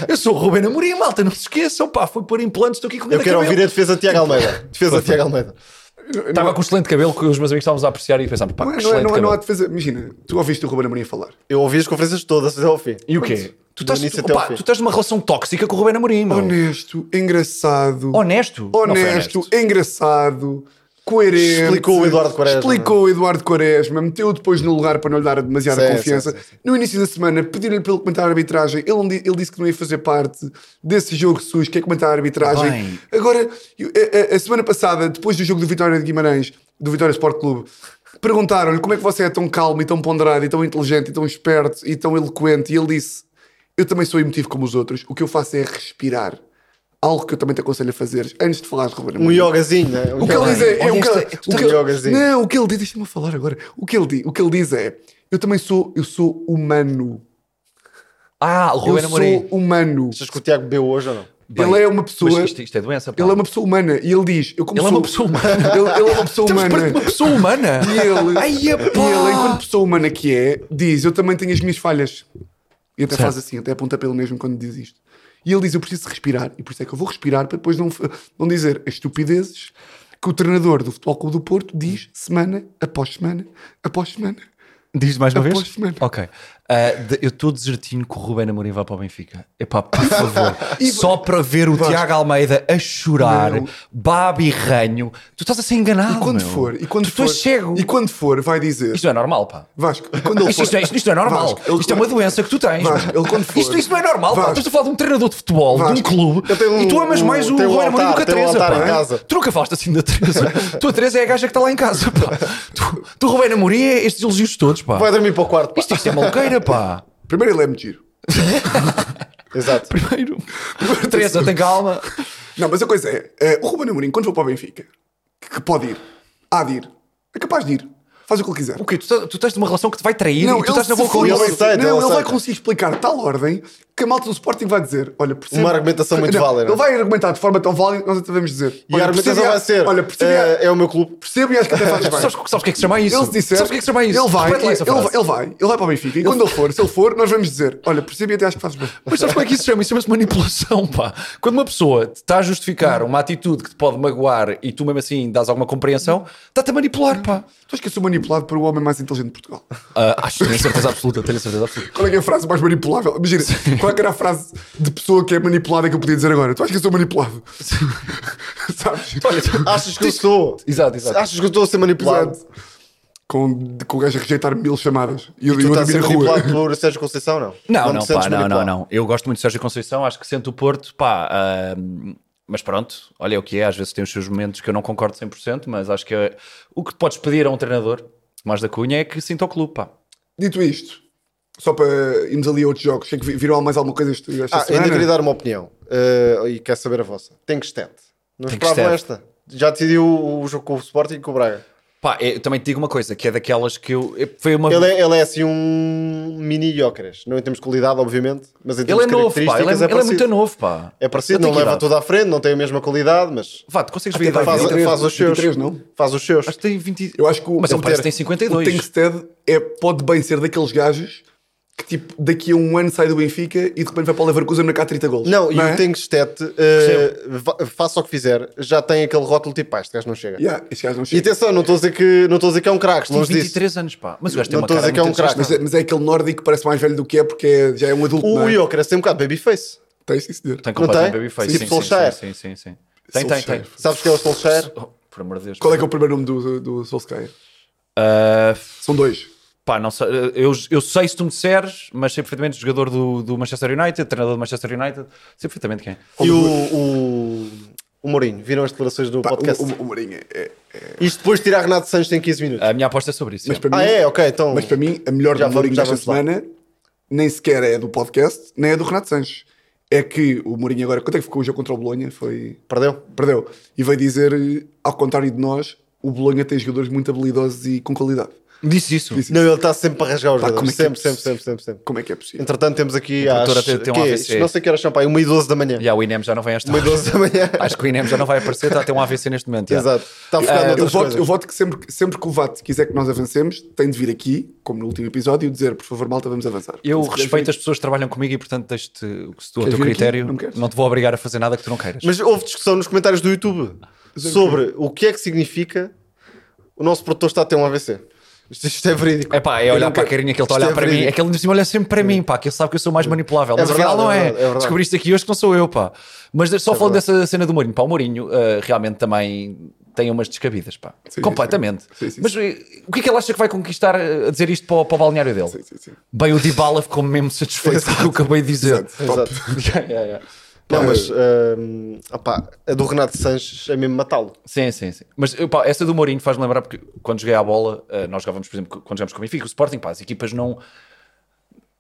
S1: Eu sou o Rubén Amorim, malta, não se esqueçam, pá, fui pôr implantes, estou aqui com
S2: Eu
S1: grande
S2: quero
S1: cabelo.
S2: ouvir a defesa de Tiago Almeida. Defesa de Tiago Almeida.
S1: Estava com um excelente cabelo que os meus amigos estávamos a apreciar e pensámos, pá,
S3: Não, é-
S1: que
S3: não, é-
S1: excelente
S3: não, é- não há
S1: cabelo.
S3: defesa. Imagina, tu ouviste o Ruben Amorim falar.
S2: Eu ouvi as conferências todas até ao fim.
S1: E o quê? Tu
S2: Do
S1: estás,
S2: início até ao
S1: opá,
S2: fim.
S1: tu estás numa relação tóxica com o Rubén Amorim, meu.
S3: Honesto, engraçado.
S1: Honesto? Não foi
S3: honesto, engraçado, coerente.
S2: Explicou o Eduardo Quaresma.
S3: Explicou o Eduardo Quaresma, meteu depois no lugar para não lhe dar demasiada
S2: Sim,
S3: confiança.
S2: sim, sim,
S3: No início da semana, pediram-lhe para ele comentar a arbitragem. Ele, não di- ele disse que não ia fazer parte desse jogo sujo, que é comentar a arbitragem.
S1: Bem.
S3: Agora, eu- a, a- a semana passada, depois do jogo do Vitória de Guimarães, do Vitória Sport Clube, perguntaram-lhe como é que você é tão calmo e tão ponderado e tão inteligente e tão esperto e tão eloquente. E ele disse: Eu também sou emotivo como os outros. O que eu faço é respirar. Algo que eu também te aconselho a fazer antes de falar de Ruben
S2: Um
S3: Amorim."
S2: yogazinho, né?
S3: O que ele diz é. é
S1: Olha
S3: o que,
S1: esta-
S3: o que
S2: um yogazinho.
S3: ele, não, o que ele diz, deixa-me falar agora. O que, ele, di- o que ele diz é: Eu também sou, eu sou humano.
S1: Ah, o
S3: Eu
S1: Rubén
S3: sou
S1: Amorim.
S3: humano.
S2: Achas que o Tiago bebeu hoje ou não?
S1: Bem,
S3: ele é uma pessoa.
S1: Mas isto, isto é doença, pá.
S3: Ele é uma pessoa humana. E ele diz: Eu como
S1: Ele é
S3: sou-
S1: uma pessoa humana.
S3: ele, ele é uma pessoa
S1: Estamos perto
S3: humana.
S1: de uma pessoa humana.
S3: E ele,
S1: Ai, é
S3: e ele,
S1: epá.
S3: enquanto pessoa humana que é, diz: Eu também tenho as minhas falhas. E até
S1: Certo.
S3: faz assim, até aponta pelo mesmo quando diz isto. E ele diz: Eu preciso de respirar, e por isso é que eu vou respirar para depois não, fa- não dizer as estupidezes que o treinador do Futebol Clube do Porto diz semana após semana após semana.
S1: Diz mais uma
S3: vez?
S1: vez? Ok. Ah, de- eu estou desertinho que o Rubén Amorim vá para o Benfica. Epá, por favor. Só para ver o Tiago Almeida a chorar,
S3: Não.
S1: babi ranho. Tu estás a ser enganado,
S3: E quando
S1: Ah, meu.
S3: for, e quando
S1: tu
S3: for,
S1: estás cego.
S3: e quando for, vai dizer
S1: Isto não é normal, pá.
S3: Vasco, e quando ele
S1: Isto,
S3: for,
S1: isto, não é- isto não é normal.
S3: Vasco, ele-
S1: isto é uma doença que tu tens.
S3: Vasco, ele quando for-
S1: isto, isto não é normal. Pá.
S3: Vasco.
S1: Estás a falar de um treinador de futebol, de um
S3: Vasco,
S1: clube,
S2: eu tenho
S1: e tu
S2: um-
S1: amas mais o
S2: tenho um
S1: Rubén Amorim do
S2: altar,
S1: que a
S2: tenho um
S1: Teresa.
S2: altar
S1: pá.
S2: em casa.
S1: Tu nunca falaste assim da Teresa. tu, a Teresa é a gaja que está lá em casa. Pá. Tu, tu Rubén Amorim, é estes elogios todos. Pá.
S2: Vai dormir para o quarto. pá.
S1: Isto, isto é maluqueira, pá.
S3: Primeiro ele é muito giro.
S2: Exato.
S1: Primeiro, Teresa, tem calma.
S3: Não, mas a coisa é, eh, o Ruben Amorim, quando for para o Benfica, que, que pode ir, há de ir, é capaz de ir, faz o que ele quiser.
S1: O quê? Tu, tá- tu estás numa relação que te vai trair e tu
S3: ele
S1: estás na
S3: se
S1: boa
S3: for
S1: com
S2: ele
S3: ao
S1: isso.
S2: vai-
S3: Benfica-
S2: aceita,
S3: não,
S2: ele
S3: ele vai
S2: aceita.
S3: conseguir explicar de tal ordem que a malta do Sporting vai dizer: Olha, percebo.
S2: Uma argumentação muito
S3: Não,
S2: válida. é?
S3: Ele vai argumentar de forma tão válida que nós até devemos dizer.
S2: E a argumentação
S3: percebo
S2: vai ser:
S3: Olha, percebo, e a-
S2: eh, é o meu clube.
S3: percebo e acho que até fazes bem.
S1: Sabes, sabes o que é que se chama isso?
S3: Ele se disser,
S1: sabes o que é que se chama isso?
S3: Ele vai,
S1: Repete lá
S3: ele,
S1: essa
S3: ele
S1: frase.
S3: vai, ele vai, ele vai para o Benfica. E quando ele for, se ele for, nós vamos dizer: Olha, percebo e até acho que fazes bem.
S1: Mas sabes como é que isso se chama? Isso chama-se manipulação, pá. Quando uma pessoa te está a justificar uma atitude que te pode magoar e tu mesmo assim dás alguma compreensão, está-te a manipular, pá.
S3: Tu achas que eu sou manipulado pelo homem mais inteligente de Portugal?
S1: Ah, acho que tenho certeza absoluta, tenho certeza absoluta.
S3: Qual é, que é a frase mais manipulável? Imagina, qual é que era a frase de pessoa que é manipulada que eu podia dizer agora? Tu achas que eu sou manipulado? Sabes?
S2: Achas que eu sou?
S1: Exato, exato.
S2: Achas que eu estou a ser manipulado?
S3: Exato. Com, com o gajo a rejeitar mil chamadas. E eu,
S2: Tu
S3: eu a
S2: estás a
S3: dormir
S2: ser
S3: na rua.
S2: manipulado por Sérgio Conceição, não?
S1: Não,
S2: te
S1: não,
S2: sentes
S1: pá, não, não,
S2: manipulado?
S1: não. Eu gosto muito de Sérgio Conceição, acho que sento o Porto, pá. ah, mas pronto, olha é o que é, às vezes tem os seus momentos que eu não concordo 100%, mas acho que é- o que podes pedir a um treinador, mais da Cunha, é que sinta o clube, pá.
S3: Dito isto, só para irmos ali a outros jogos, sei que vi- viram mais alguma coisa este, esta
S2: Ah,
S3: semana?
S2: ainda queria dar uma opinião. eh, e quero saber a vossa. Tem que estante. Não
S1: Tem que
S2: esperava
S1: estante.
S2: esta. Já decidiu o o jogo com o Sporting e com o Braga.
S1: Pá, eu também te digo uma coisa, que é daquelas que eu. eu- Foi uma.
S2: Ele é, ele é assim um mini Jóqueres. Não em termos de qualidade, obviamente, mas em termos
S1: Ele é
S2: de
S1: novo, pá. Ele é,
S2: características
S1: ele é
S2: parecido.
S1: muito novo, pá.
S2: É parecido,
S1: Ele tem
S2: não
S1: que
S2: leva
S1: idade?
S2: tudo à frente, não tem a mesma qualidade, mas
S1: Vá, tu consegues ver a
S3: Até
S1: idade
S2: faz,
S1: dele?
S3: vinte e três,
S2: faz os seus.
S3: 23 não?
S2: Faz os seus.
S1: Acho que tem 20.
S3: Eu acho que o-
S1: Mas ele
S3: o
S1: parece que
S2: Ter-
S1: tem 52.
S3: O Tankstead é, pode bem ser daqueles gajos que tipo, daqui a um ano sai do Benfica e de repente vai para o Leverkusen marcar 30 gols.
S2: Não, e
S3: é?
S2: o Tengstet, uh, va- faça o que fizer, já tem aquele rótulo tipo, pá, este gajo não chega.
S3: Yeah, este gajo não
S2: E
S3: chega.
S2: atenção, não estou a dizer que, não estou a dizer que é um craque,
S1: Tem
S2: longe disso.
S1: 23 anos, pá. Mas o gajo tem
S2: Não
S1: uma
S2: estou a
S1: cara
S2: dizer que é um
S1: muito
S2: craque.
S3: Mas é, mas é aquele nórdico que parece mais velho do que é porque é- já é um adulto.
S2: O
S3: não é?
S2: Iocres tem um bocado babyface.
S3: Tem sim, senhor.
S1: Tem
S2: Não
S1: completamente
S2: tem?
S1: babyface.
S2: Tipo
S1: Sim, sim,
S2: Solskjaer.
S1: sim, sim, sim, sim. Tem, tem, tem.
S3: Solskjaer.
S2: Sabes que é o Solskjaer?
S3: é
S1: Oh, por amor de Deus.
S3: Qual é que é o primeiro nome do, do Solskjaer?
S1: Ah,
S3: São dois.
S1: Pá, não sei, uh, eu, eu sei se tu me disseres, mas sei perfeitamente jogador do, do Manchester United, treinador do Manchester United, sei perfeitamente quem.
S2: E o, o, o Mourinho, viram as declarações do
S3: Pá,
S2: podcast?
S3: o, o, o Mourinho é- é-
S2: Isto depois de tirar Renato Sanches tem 15 minutos.
S1: A minha aposta é sobre isso.
S3: Mas
S1: é.
S3: para
S2: Ah,
S3: mim,
S2: é? Ok, então.
S3: Mas para mim, a melhor
S2: Já
S3: do Mourinho
S2: vamos- já
S3: desta
S2: vamos
S3: semana nem sequer é do podcast, nem é do Renato Sanches. É que o Mourinho agora, quanto é que ficou o jogo contra o Bolonha? Foi.
S2: Perdeu?
S3: Perdeu. E veio dizer, eh, ao contrário de nós, o Bolonha tem jogadores muito habilidosos e com qualidade.
S1: Disse isso.
S3: Disse-
S2: Não, ele está sempre para rasgar os
S3: Pá, como
S2: jogadores.
S3: é que é
S2: Sempre, sempre,
S3: possível?
S2: sempre, sempre, sempre.
S3: Como é que é possível?
S2: Entretanto, temos aqui
S1: A
S2: às.
S1: produtora tem- tem um
S2: quê?
S1: AVC.
S2: Isto Não sei que horas são, pá, 1 e 12 da manhã.
S1: Já, o Inem já não vem esta
S2: 1 e 12 da manhã.
S1: Acho que o Inem já não vai aparecer, está a ter um AVC neste momento. já.
S2: Exato. Está focado
S3: Eh, eu,
S2: noutras
S3: voto,
S2: coisas.
S3: eu voto que sempre, sempre que o VAT quiser que nós avancemos, tem de vir aqui, como no último episódio, e dizer, por favor, malta, vamos avançar.
S1: Eu
S3: Se quiseres
S1: respeito
S3: vir-
S1: as pessoas que trabalham comigo e, portanto, deixo-te o que se tu, ao
S3: é-
S1: teu
S3: Queres vir aqui?
S1: critério.
S3: Não
S1: Não,
S3: me queres?
S1: te vou obrigar a fazer nada que tu não queiras.
S2: Mas houve discussão nos comentários do YouTube sobre o que é que significa o nosso produtor está a ter um AVC. Isto, isto é verídico.
S1: É pá, é
S2: Eu
S1: olhar
S2: nunca-
S1: para a carinha que ele está a
S2: Isto
S1: olhar
S2: é
S1: para mim.
S2: verídico.
S1: É que ele ainda por cima olha sempre para mim, pá, que ele sabe que eu sou mais manipulável. Mas
S2: verdade,
S1: afinal não
S2: é
S1: é.
S2: verdade, é verdade.
S1: Descobriste aqui hoje que não sou eu, pá. Mas
S3: É
S1: só falando dessa cena do Mourinho, pá, o Mourinho eh, realmente também tem umas descabidas, pá.
S3: Sim,
S1: Completamente.
S3: sim. Sim, sim,
S1: Mas eh, o que é que ele acha que vai conquistar eh, a dizer isto para o, para o balneário dele?
S3: Sim, sim, sim.
S1: Bem, o Dybala ficou mesmo satisfeito com o que eu acabei de dizer.
S3: Exato. Top.
S2: Exato.
S1: Yeah, yeah, yeah.
S2: Não, mas
S1: ehm,
S2: hum, opá, a do Renato Sanches é mesmo matá-lo.
S1: Sim, sim, sim. Mas pá, essa do Mourinho faz-me lembrar porque quando joguei à bola, eh, nós jogávamos, por exemplo, quando jogávamos com o Benfica, o Sporting, pá, as equipas não.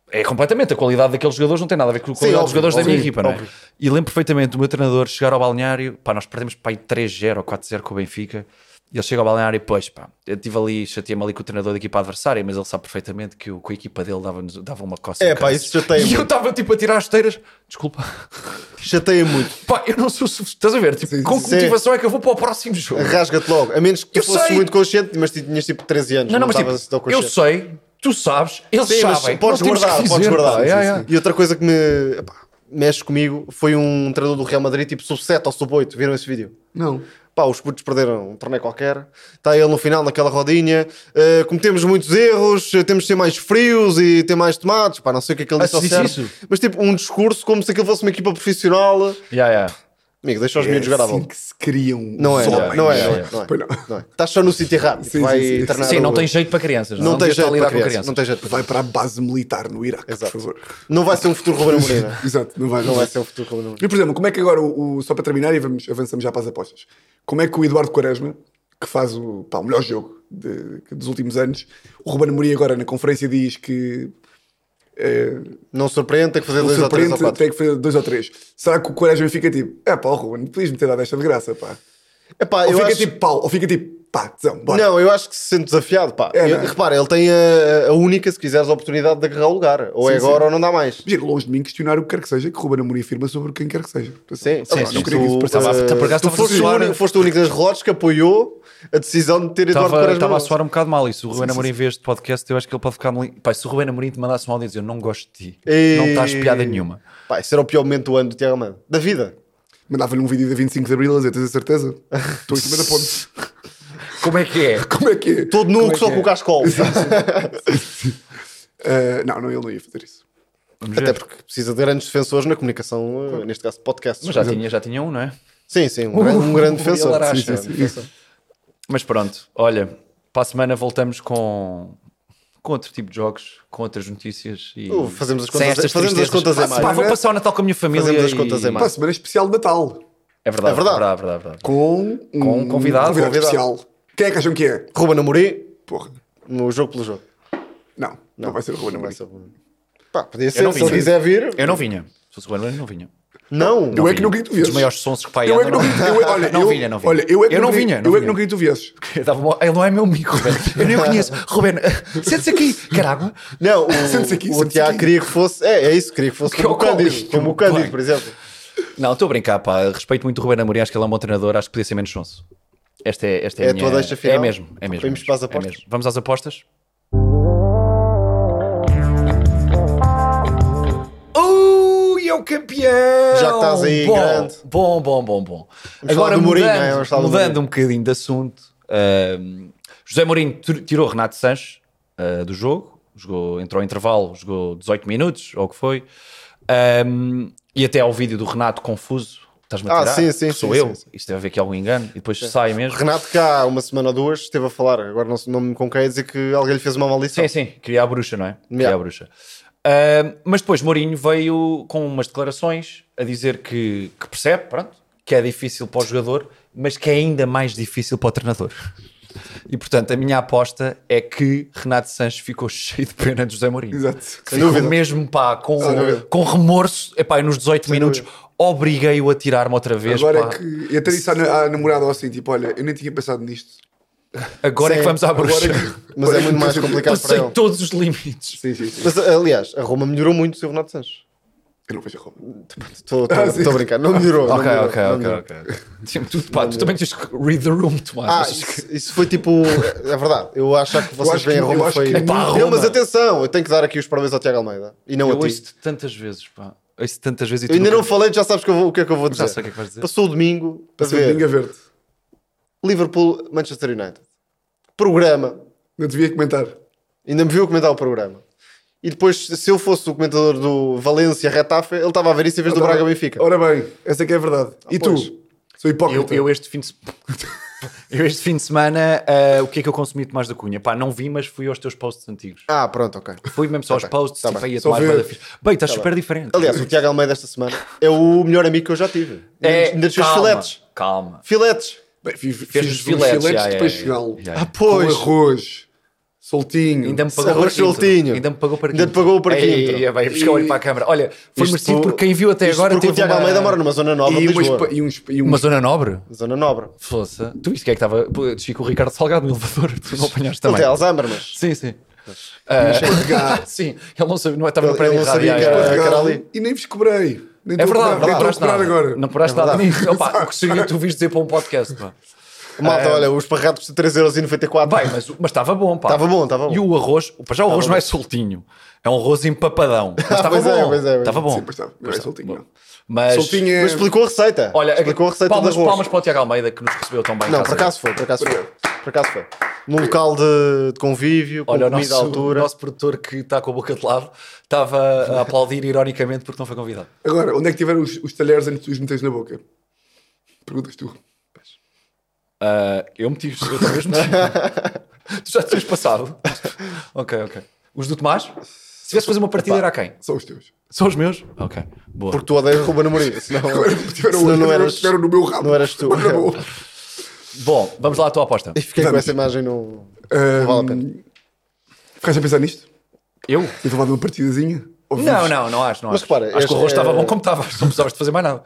S1: É completamente, a qualidade daqueles jogadores não tem nada a ver com a qualidade
S2: óbvio,
S1: dos jogadores da minha
S2: óbvio,
S1: equipa, não é?
S2: óbvio.
S1: E lembro perfeitamente do meu treinador chegar ao balneário, pá, nós perdemos pá, aí 3-0 ou 4-0 com o Benfica, e ele chega ao balneário e, pois, pá, eu estive ali, chateei-me ali com o treinador da equipa adversária, mas ele sabe perfeitamente que o, com a equipa dele dava, dava uma coça.
S2: É,
S1: no
S2: pá,
S1: canto.
S2: isso chateia
S1: E eu
S2: muito.
S1: estava tipo a tirar as esteiras, desculpa,
S2: Chateia muito.
S1: pá, eu não sou. sufici- Estás a ver? Tipo,
S3: Sim,
S1: com que
S2: sim.
S1: motivação é que eu vou para o próximo jogo?
S2: Rasga-te logo. A menos que tu
S1: Eu
S2: fosses
S1: sei.
S2: muito consciente, mas tu tinhas tipo 13 anos.
S1: Não, não, mas
S2: estavas tão
S1: tipo, eu
S2: consciente.
S1: sei, tu sabes, eles
S2: Sim, mas
S1: sabem.
S2: podes
S1: não temos
S2: guardar,
S1: que
S2: podes
S1: dizer, pá.
S2: guardar.
S1: Yeah,
S2: Sim,
S1: yeah.
S2: sim. E outra coisa que me epá, mexe comigo foi um treinador do Real Madrid, tipo sub 7 ou sub 8. Viram esse vídeo?
S3: Não.
S2: Pá, os putos perderam um torneio qualquer. Está ele no final, naquela rodinha. eh, cometemos muitos erros, eh, temos de ser mais frios e ter mais tomates. Pá, não sei o que é que ele
S1: Ah,
S2: disse ao
S1: disse
S2: certo.
S1: isso?
S2: Mas tipo, um discurso como se aquilo fosse uma equipa profissional.
S1: Yeah, yeah.
S2: Amigo, deixa os
S3: É
S2: meninos jogar à
S3: assim
S2: bola.
S3: que se criam
S2: Não
S3: os
S2: é, não é,
S3: homens.
S2: não é,
S1: é,
S2: não é.
S3: Pois não.
S2: Não é. Estás só no sítio errado.
S3: Sim,
S2: vai
S3: sim, sim.
S2: treinar
S1: Sim, não
S2: o-
S1: tem jeito para crianças.
S2: não tem
S1: devias estar
S2: jeito
S1: a lidar
S2: para crianças. Não tem jeito.
S3: Vai para a base militar no Iraque,
S2: Exato.
S3: por favor.
S2: Não vai ser um futuro Ruben Amorim, né?
S3: Exato, não vai.
S2: Não vai ser um futuro Ruben Amorim.
S3: E, por exemplo, como é que agora, o, o- só para terminar e vamos, avançamos já para as apostas, como é que o Eduardo Quaresma, que faz o, pá, o melhor jogo de- dos últimos anos, o Ruben Amorim agora na conferência diz que eh,
S2: Não surpreende, tem que fazer
S3: ele
S2: dois ou três ou
S3: surpreende,
S2: quatro.
S3: tem que fazer dois ou três. Será que o Quaresma fica tipo, é pá, o Ruben, podias-me ter dado esta de graça, pá. Ou
S2: Epá, Ah, eu
S3: fica
S2: acho...
S3: tipo pau, ou fica tipo, pá, tesão, bora.
S2: Não, eu acho que se sente desafiado, pá.
S3: É,
S2: Eu-
S3: não é?
S2: repara, ele tem a, a única, se quiseres, oportunidade de agarrar o lugar. Ou é
S3: Sim,
S2: agora
S3: sim.
S2: ou não dá mais.
S3: Imagina, longe de mim questionar o que quer que seja, que o Ruben Amorim afirma sobre quem quer que seja.
S2: Sim,
S3: Sei lá,
S1: sim,
S3: não queria que isso
S2: tu,
S1: parecesse-
S2: eh,
S1: Estava- por acaso estava
S2: tu
S1: a
S2: foste, o
S1: soar-
S2: único, foste o único das rodas que apoiou a decisão de ter Eduardo
S1: Estava,
S2: Quaresma.
S1: estava a
S2: no-
S1: soar um bocado mal isso. O Ruben Amorim vê este podcast, eu acho que ele pode ficar mal. Pai, se o Ruben Amorim te mandasse um áudio e dizer eu não gosto de ti,
S2: E-
S1: não estás piada nenhuma.
S2: Pá, isso era o pior momento do ano do Tiago Amado. Da vida.
S3: Mandava-lhe um vídeo da 25 de Abril a dizer, tens a certeza? Estou em cima da ponte.
S1: Como é que é?
S3: Como é que é?
S2: Todo nu,
S3: Como é
S2: só
S3: que
S2: com o
S3: é?
S2: cascol.
S3: Uh, não, não, ele não ia fazer isso.
S1: Vamos
S2: Até
S1: ver.
S2: porque precisa de grandes defensores na comunicação, eh, neste caso de podcasts.
S1: Mas já tinha, já tinha um, não é?
S2: Sim, sim, um, grande, um grande
S1: o
S2: defensor.
S1: Miguel Araxa.
S2: Sim, sim, sim.
S1: Mas pronto, olha, para a semana voltamos com, com outro tipo de jogos, com outras notícias e
S2: Uh, fazemos as
S1: sem
S2: contas-
S1: estas
S2: fazemos as
S1: tristezas.
S2: contas em
S1: Pá,
S2: maio.
S1: pá, Vou passar o Natal com a minha família.
S2: Fazemos as
S1: e-
S2: contas em maio.
S3: Para a semana especial de Natal.
S1: É verdade,
S2: É verdade.
S1: verdade, verdade, verdade.
S3: Com um
S1: Com um convidado.
S3: convidado
S2: Convidado.
S3: especial. Quem é que acham que é?
S2: Ruben Amorim,
S3: Porra.
S2: no jogo pelo jogo.
S3: Não, não, vai ser o Ruben
S2: Não vai
S3: Amorim.
S2: ser o Ruben. Pá, podia ser,
S1: não
S2: se ele
S1: vinha.
S2: quiser vir.
S1: Eu não vinha. Se fosse o Ruben, eu não vinha.
S2: Não,
S3: Eu é que não queria que tu viesses.
S1: Os maiores sons que pai
S3: Eu é que
S1: anda,
S3: não
S1: não-
S3: queria- eu é- olha,
S1: Não
S3: eu-
S1: vinha, não vinha.
S3: Olha, eu é que
S1: Eu não
S3: queria-
S1: vinha, não
S3: Eu é que
S1: vinha.
S3: não queria que tu viesses.
S1: Eu dava uma- Ele não é meu amigo, é Ruben. Eu nem o conheço. Ruben, sente-se aqui. Quer água?
S2: Não, o,
S3: Sente-se aqui,
S2: o
S3: sente-se
S2: Tiago
S3: aqui.
S2: queria que fosse. É, é isso, queria que fosse
S1: Que
S2: como o
S1: é o
S2: Cândido,
S1: Cândido.
S2: como o Cândido, por exemplo.
S1: Não, estou a brincar, pá. Respeito muito o Ruben Amorim. Acho que ele é um bom treinador. Acho que podia ser menos sonso. Esta é, esta é,
S2: É a
S1: minha...
S2: tua deixa final?
S1: É mesmo, é mesmo.
S2: Vamos
S1: é mesmo,
S2: para as
S1: é
S2: apostas?
S1: mesmo. Vamos às apostas? Ui, é o campeão!
S2: Já que estás aí,
S1: bom,
S2: grande.
S1: Bom, bom, bom, bom.
S2: Vamos falar
S1: Agora,
S2: do Mourinho,
S1: mudando,
S2: não é? Vamos falar do
S1: mudando
S2: Mourinho.
S1: um bocadinho de assunto, ahm, José Mourinho tir- tirou Renato Sanches ah, do jogo, jogou, entrou ao intervalo, jogou 18 minutos, ou o que foi, Ahm, e até ao vídeo do Renato confuso, Estás-me a
S2: Ah,
S1: tirar?
S2: sim, sim,
S1: Sou
S2: sim,
S1: eu.
S2: sim, sim.
S1: Isto deve haver aqui é algum engano. E depois sai mesmo.
S2: Renato cá, uma semana ou duas, esteve a falar, agora não, se- não me conquei a dizer que alguém lhe fez uma maldição.
S1: Sim, sim, queria a bruxa, não é? Queria
S2: Yeah.
S1: a bruxa. Ah, mas depois Mourinho veio com umas declarações a dizer que, que percebe, pronto, que é difícil para o jogador, mas que é ainda mais difícil para o treinador. E portanto, a minha aposta é que Renato Sanches ficou cheio de pena de José Mourinho.
S3: Exato.
S1: Sem Ficou
S2: dúvida.
S1: mesmo pá, com,
S2: dúvida.
S1: com remorso. Epá, e nos 18 minutos obriguei-o a tirar-me outra vez. pá.
S3: Agora é que. E até disse à, na- à namorada ou assim, tipo, olha, eu nem tinha pensado nisto.
S1: Agora é que
S2: Sim,
S1: vamos à bruxa.
S3: Agora que.
S2: Mas é muito mais complicado para
S1: Passei
S2: ele.
S1: todos os limites.
S3: Sim, sim, sim.
S2: Mas, aliás, a Roma melhorou muito sem o Renato Sanches.
S3: Eu não vejo a roupa.
S2: Estou
S3: Ah, sim.
S2: a brincar, não melhorou. não
S1: Ok,
S2: melhorou,
S1: ok,
S2: não
S1: ok,
S2: melhorou.
S1: ok. Sim, tu, pá, tu também tens que read the room,
S2: Ah,
S1: Tomás.
S2: isso, isso foi tipo. É verdade, eu acho que vocês
S3: acho que-
S2: veem a
S3: eu
S2: Roma
S3: acho
S2: foi.
S3: que- Epá,
S1: a
S2: Não,
S1: é Roma.
S2: mas atenção, eu tenho que dar aqui os parabéns ao Tiago Almeida e não
S1: eu
S2: a ti.
S1: ouço-te tantas vezes, pá. Ouço-te tantas vezes e tu
S2: Eu ainda
S1: nunca-
S2: não falei, já sabes que eu vou- o que é que eu vou dizer.
S1: Já sei o que é que vais dizer.
S2: Passou o domingo a
S3: Passei o
S2: ver
S3: domingo a verde.
S2: Liverpool Manchester United. Programa.
S3: Não devia comentar.
S2: Ainda me viu comentar o programa. E depois, se eu fosse o comentador do Valência Retafe, ele estava a ver isso em vez do Braga Benfica. Ah,
S3: Ora bem, essa é que é a verdade. e tu?
S2: pois.
S3: Sou
S1: Eu,
S3: hipócrita.
S1: eu este fim de se- Eu este fim de semana, ah, o que é que eu consumi de mais da Cunha? Pá, não vi, mas fui aos teus posts antigos.
S2: Ah, pronto, ok.
S1: Fui mesmo só aos
S2: bem,
S1: posts,
S2: tá
S1: tipo,
S2: bem. tá
S1: aí a
S3: Só
S1: tomar
S3: ver.
S1: bué da fixe. Bem, estás super diferente.
S2: Aliás, o Tiago Almeida esta semana é o melhor amigo que eu já tive.
S1: é,
S2: Ainda deixou os
S1: calma,
S2: filetes.
S1: calma.
S2: Filetes.
S3: Bem, fiz, fiz,
S1: Fez
S3: uns
S1: os filetes,
S3: filetes
S1: já,
S3: de
S1: é,
S3: peixão.
S1: já, é.
S2: Ah,
S3: Com
S2: pois.
S3: arroz. Soltinho.
S1: Ainda me pagou
S2: Arroz
S1: para
S2: soltinho.
S1: Ainda me pagou para
S2: Ainda te pagou o parquímetro.
S1: Ei, vai buscar o olho para a câmara. Olha, foi
S2: Isto
S1: merecido
S2: por-
S1: por quem viu até
S2: isto
S1: agora.
S2: Porque o
S1: teve
S2: Tiago
S1: uma-
S2: Almeida mora numa zona nova
S3: E
S2: de
S3: umas,
S2: Lisboa.
S3: pa- e uns, e uns
S1: Uma zona nobre?
S2: Zona nobre.
S1: Fosse. Tu viste que é que estava. Pô, eu Chico o Ricardo Salgado no elevador. Tu não apanhaste
S2: Ele
S1: também.
S2: tem Alzheimer, mas...
S1: Sim, sim. Ah, sim, ele não sabia, não estava no
S2: Ele-
S1: prédio
S2: ele não
S1: errado,
S2: sabia
S1: já,
S2: que
S1: já.
S2: era-
S1: É
S2: cara
S3: Portugal,
S2: ali.
S3: e nem vos cobrei. Nem estou a
S1: verdade,
S3: cobrar, nem
S1: não
S3: estou a
S1: paraste
S3: cobrar
S1: nada.
S3: agora.
S1: Não paraste
S2: É
S1: nada. Nem, opa, o que seria tu viste dizer para um podcast? Pá. É.
S2: Malta, olha, os parratos de 3,94€.
S1: Bem, mas mas estava bom, pá.
S2: Estava bom, estava bom.
S1: E o arroz, para já o arroz não é soltinho, é um arroz empapadão. Mas estava
S2: pois
S1: bom.
S2: é, pois é, pois
S1: estava
S2: é.
S1: bom.
S3: Sim, pois está, não é soltinho. não.
S1: Mas,
S3: Soltinho é.
S2: Mas explicou a receita.
S1: olha,
S2: explicou a receita
S1: palmas,
S2: de arroz.
S1: palmas para o Tiago Almeida que nos recebeu tão bem. em
S2: Não,
S1: casa
S2: por acaso foi, por acaso foi.
S3: Obrigado.
S2: Por acaso foi. Num local de, de convívio, com
S1: Olha, o
S2: comida
S1: nosso,
S2: à altura.
S1: o nosso produtor que está com a boca de lado estava a aplaudir ironicamente porque não foi convidado.
S3: Agora, onde é que tiveram os, os talheres antes de os meteres na boca? Perguntas tu.
S1: Ah, eu meti os eu também os meti. tu já tinhas passado. ok, ok. Os do Tomás? Se tivesse que fazer uma partida, era a quem?
S3: Só os teus.
S1: São os meus? Ok, boa.
S2: Porque tu odeias Ruben Amorim. Senão,
S3: Tiveram,
S2: senão não,
S3: tiveram-
S2: eras,
S3: tiveram no meu rabo.
S2: não eras tu.
S3: Mas na boa.
S1: Bom, vamos lá à tua aposta.
S2: E fiquei com
S3: Vamos.
S2: essa imagem no...
S3: Ahm,
S2: Não vale a pena.
S3: Ficaste a pensar nisto?
S1: Eu?
S3: E tomado uma partidazinha? Ou
S1: Não,
S3: vimos?
S1: não, não acho, não
S2: Mas
S1: acho.
S2: repara,
S1: acho que
S2: este
S1: o arroz estava
S2: é-
S1: bom como estava, não precisavas de fazer mais nada.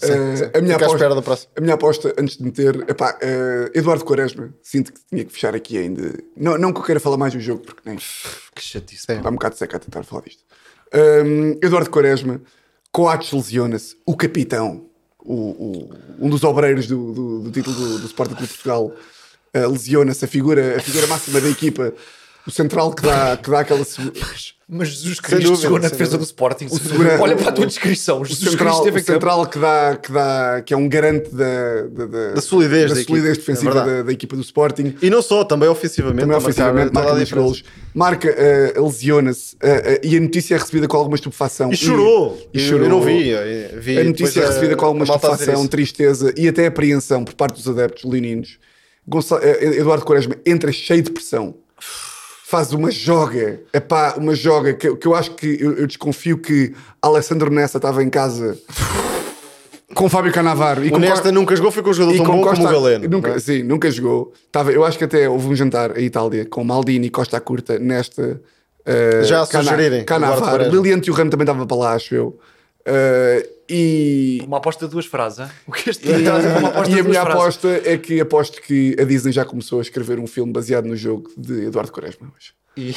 S3: Ah, a, minha
S2: Fica à espera
S3: aposta,
S2: da próxima.
S3: a minha aposta, antes de meter, epá, ah, Eduardo Quaresma, sinto que tinha que fechar aqui ainda. Não, não que eu queira falar mais do jogo, porque nem.
S1: Que chatice.
S2: Sim.
S3: Está um bocado seca a tentar falar disto. Hum, Eduardo Quaresma, Coates lesiona-se, o capitão, o, o- um dos obreiros do, do- do título do, do Sporting Clube de Portugal, uh, lesiona-se, a figura, a figura máxima da equipa, o central que dá, que dá aquela. segu-
S1: Mas Jesus
S2: Sem
S1: Cristo
S2: dúvida,
S1: chegou na
S2: sem
S1: defesa
S2: dúvida.
S1: do Sporting.
S3: segurança-
S1: Olha para a tua
S3: o-
S1: descrição.
S3: O
S1: Jesus
S3: central,
S1: Cristo teve
S3: o
S1: em campo.
S3: central que, dá, que, dá, que é um garante da, da, da-
S2: Da solidez
S3: da
S2: da
S3: solidez
S2: equipa, é
S3: defensiva
S2: verdade.
S3: da, da equipa do Sporting.
S2: E não só, também ofensivamente.
S3: Também
S2: marcava
S3: ofensivamente,
S2: toda a
S3: marca dois
S2: diferença.
S3: golos. Marca, eh, lesiona-se eh, eh, e a notícia é recebida com alguma estupefação.
S2: E chorou.
S3: E,
S2: Eu-
S3: chorou.
S2: Eu não vi. eu- vi
S3: a notícia é
S2: depois
S3: recebida com alguma
S2: a malta a dizer
S3: estupefação,
S2: isso.
S3: tristeza e até apreensão por parte dos adeptos leoninos. Gonçalo- eh, Eduardo Quaresma entra cheio de pressão. Faz uma joga, epá, uma joga que, eu- que eu acho que eu, eu desconfio que Alessandro Nessa estava em casa com Fábio Canavaro e
S2: O
S3: com
S2: Nesta nunca jogou, foi com um jogador
S3: e
S2: tão
S3: com
S2: bom como
S3: Costa
S2: o Galeno.
S3: nunca,
S2: não é?
S3: Sim, nunca jogou. Tava, eu acho que até houve um jantar em Itália com Maldini, Costa Curta, nesta. eh,
S2: Já a
S3: Cana-
S2: sugerirem, Eduardo
S3: Cannavaro.
S2: Pereira.
S3: Lilian Thuram também estava para lá, acho eu. Eh, e.
S1: Uma aposta de duas frases. hã? O que este
S3: E,
S1: Estás a fazer uma aposta
S3: e
S1: de
S3: a
S1: duas
S3: minha
S1: frases.
S3: é aposta é que aposto que a Disney já começou a escrever um filme baseado no jogo de Eduardo Quaresma hoje.
S1: E-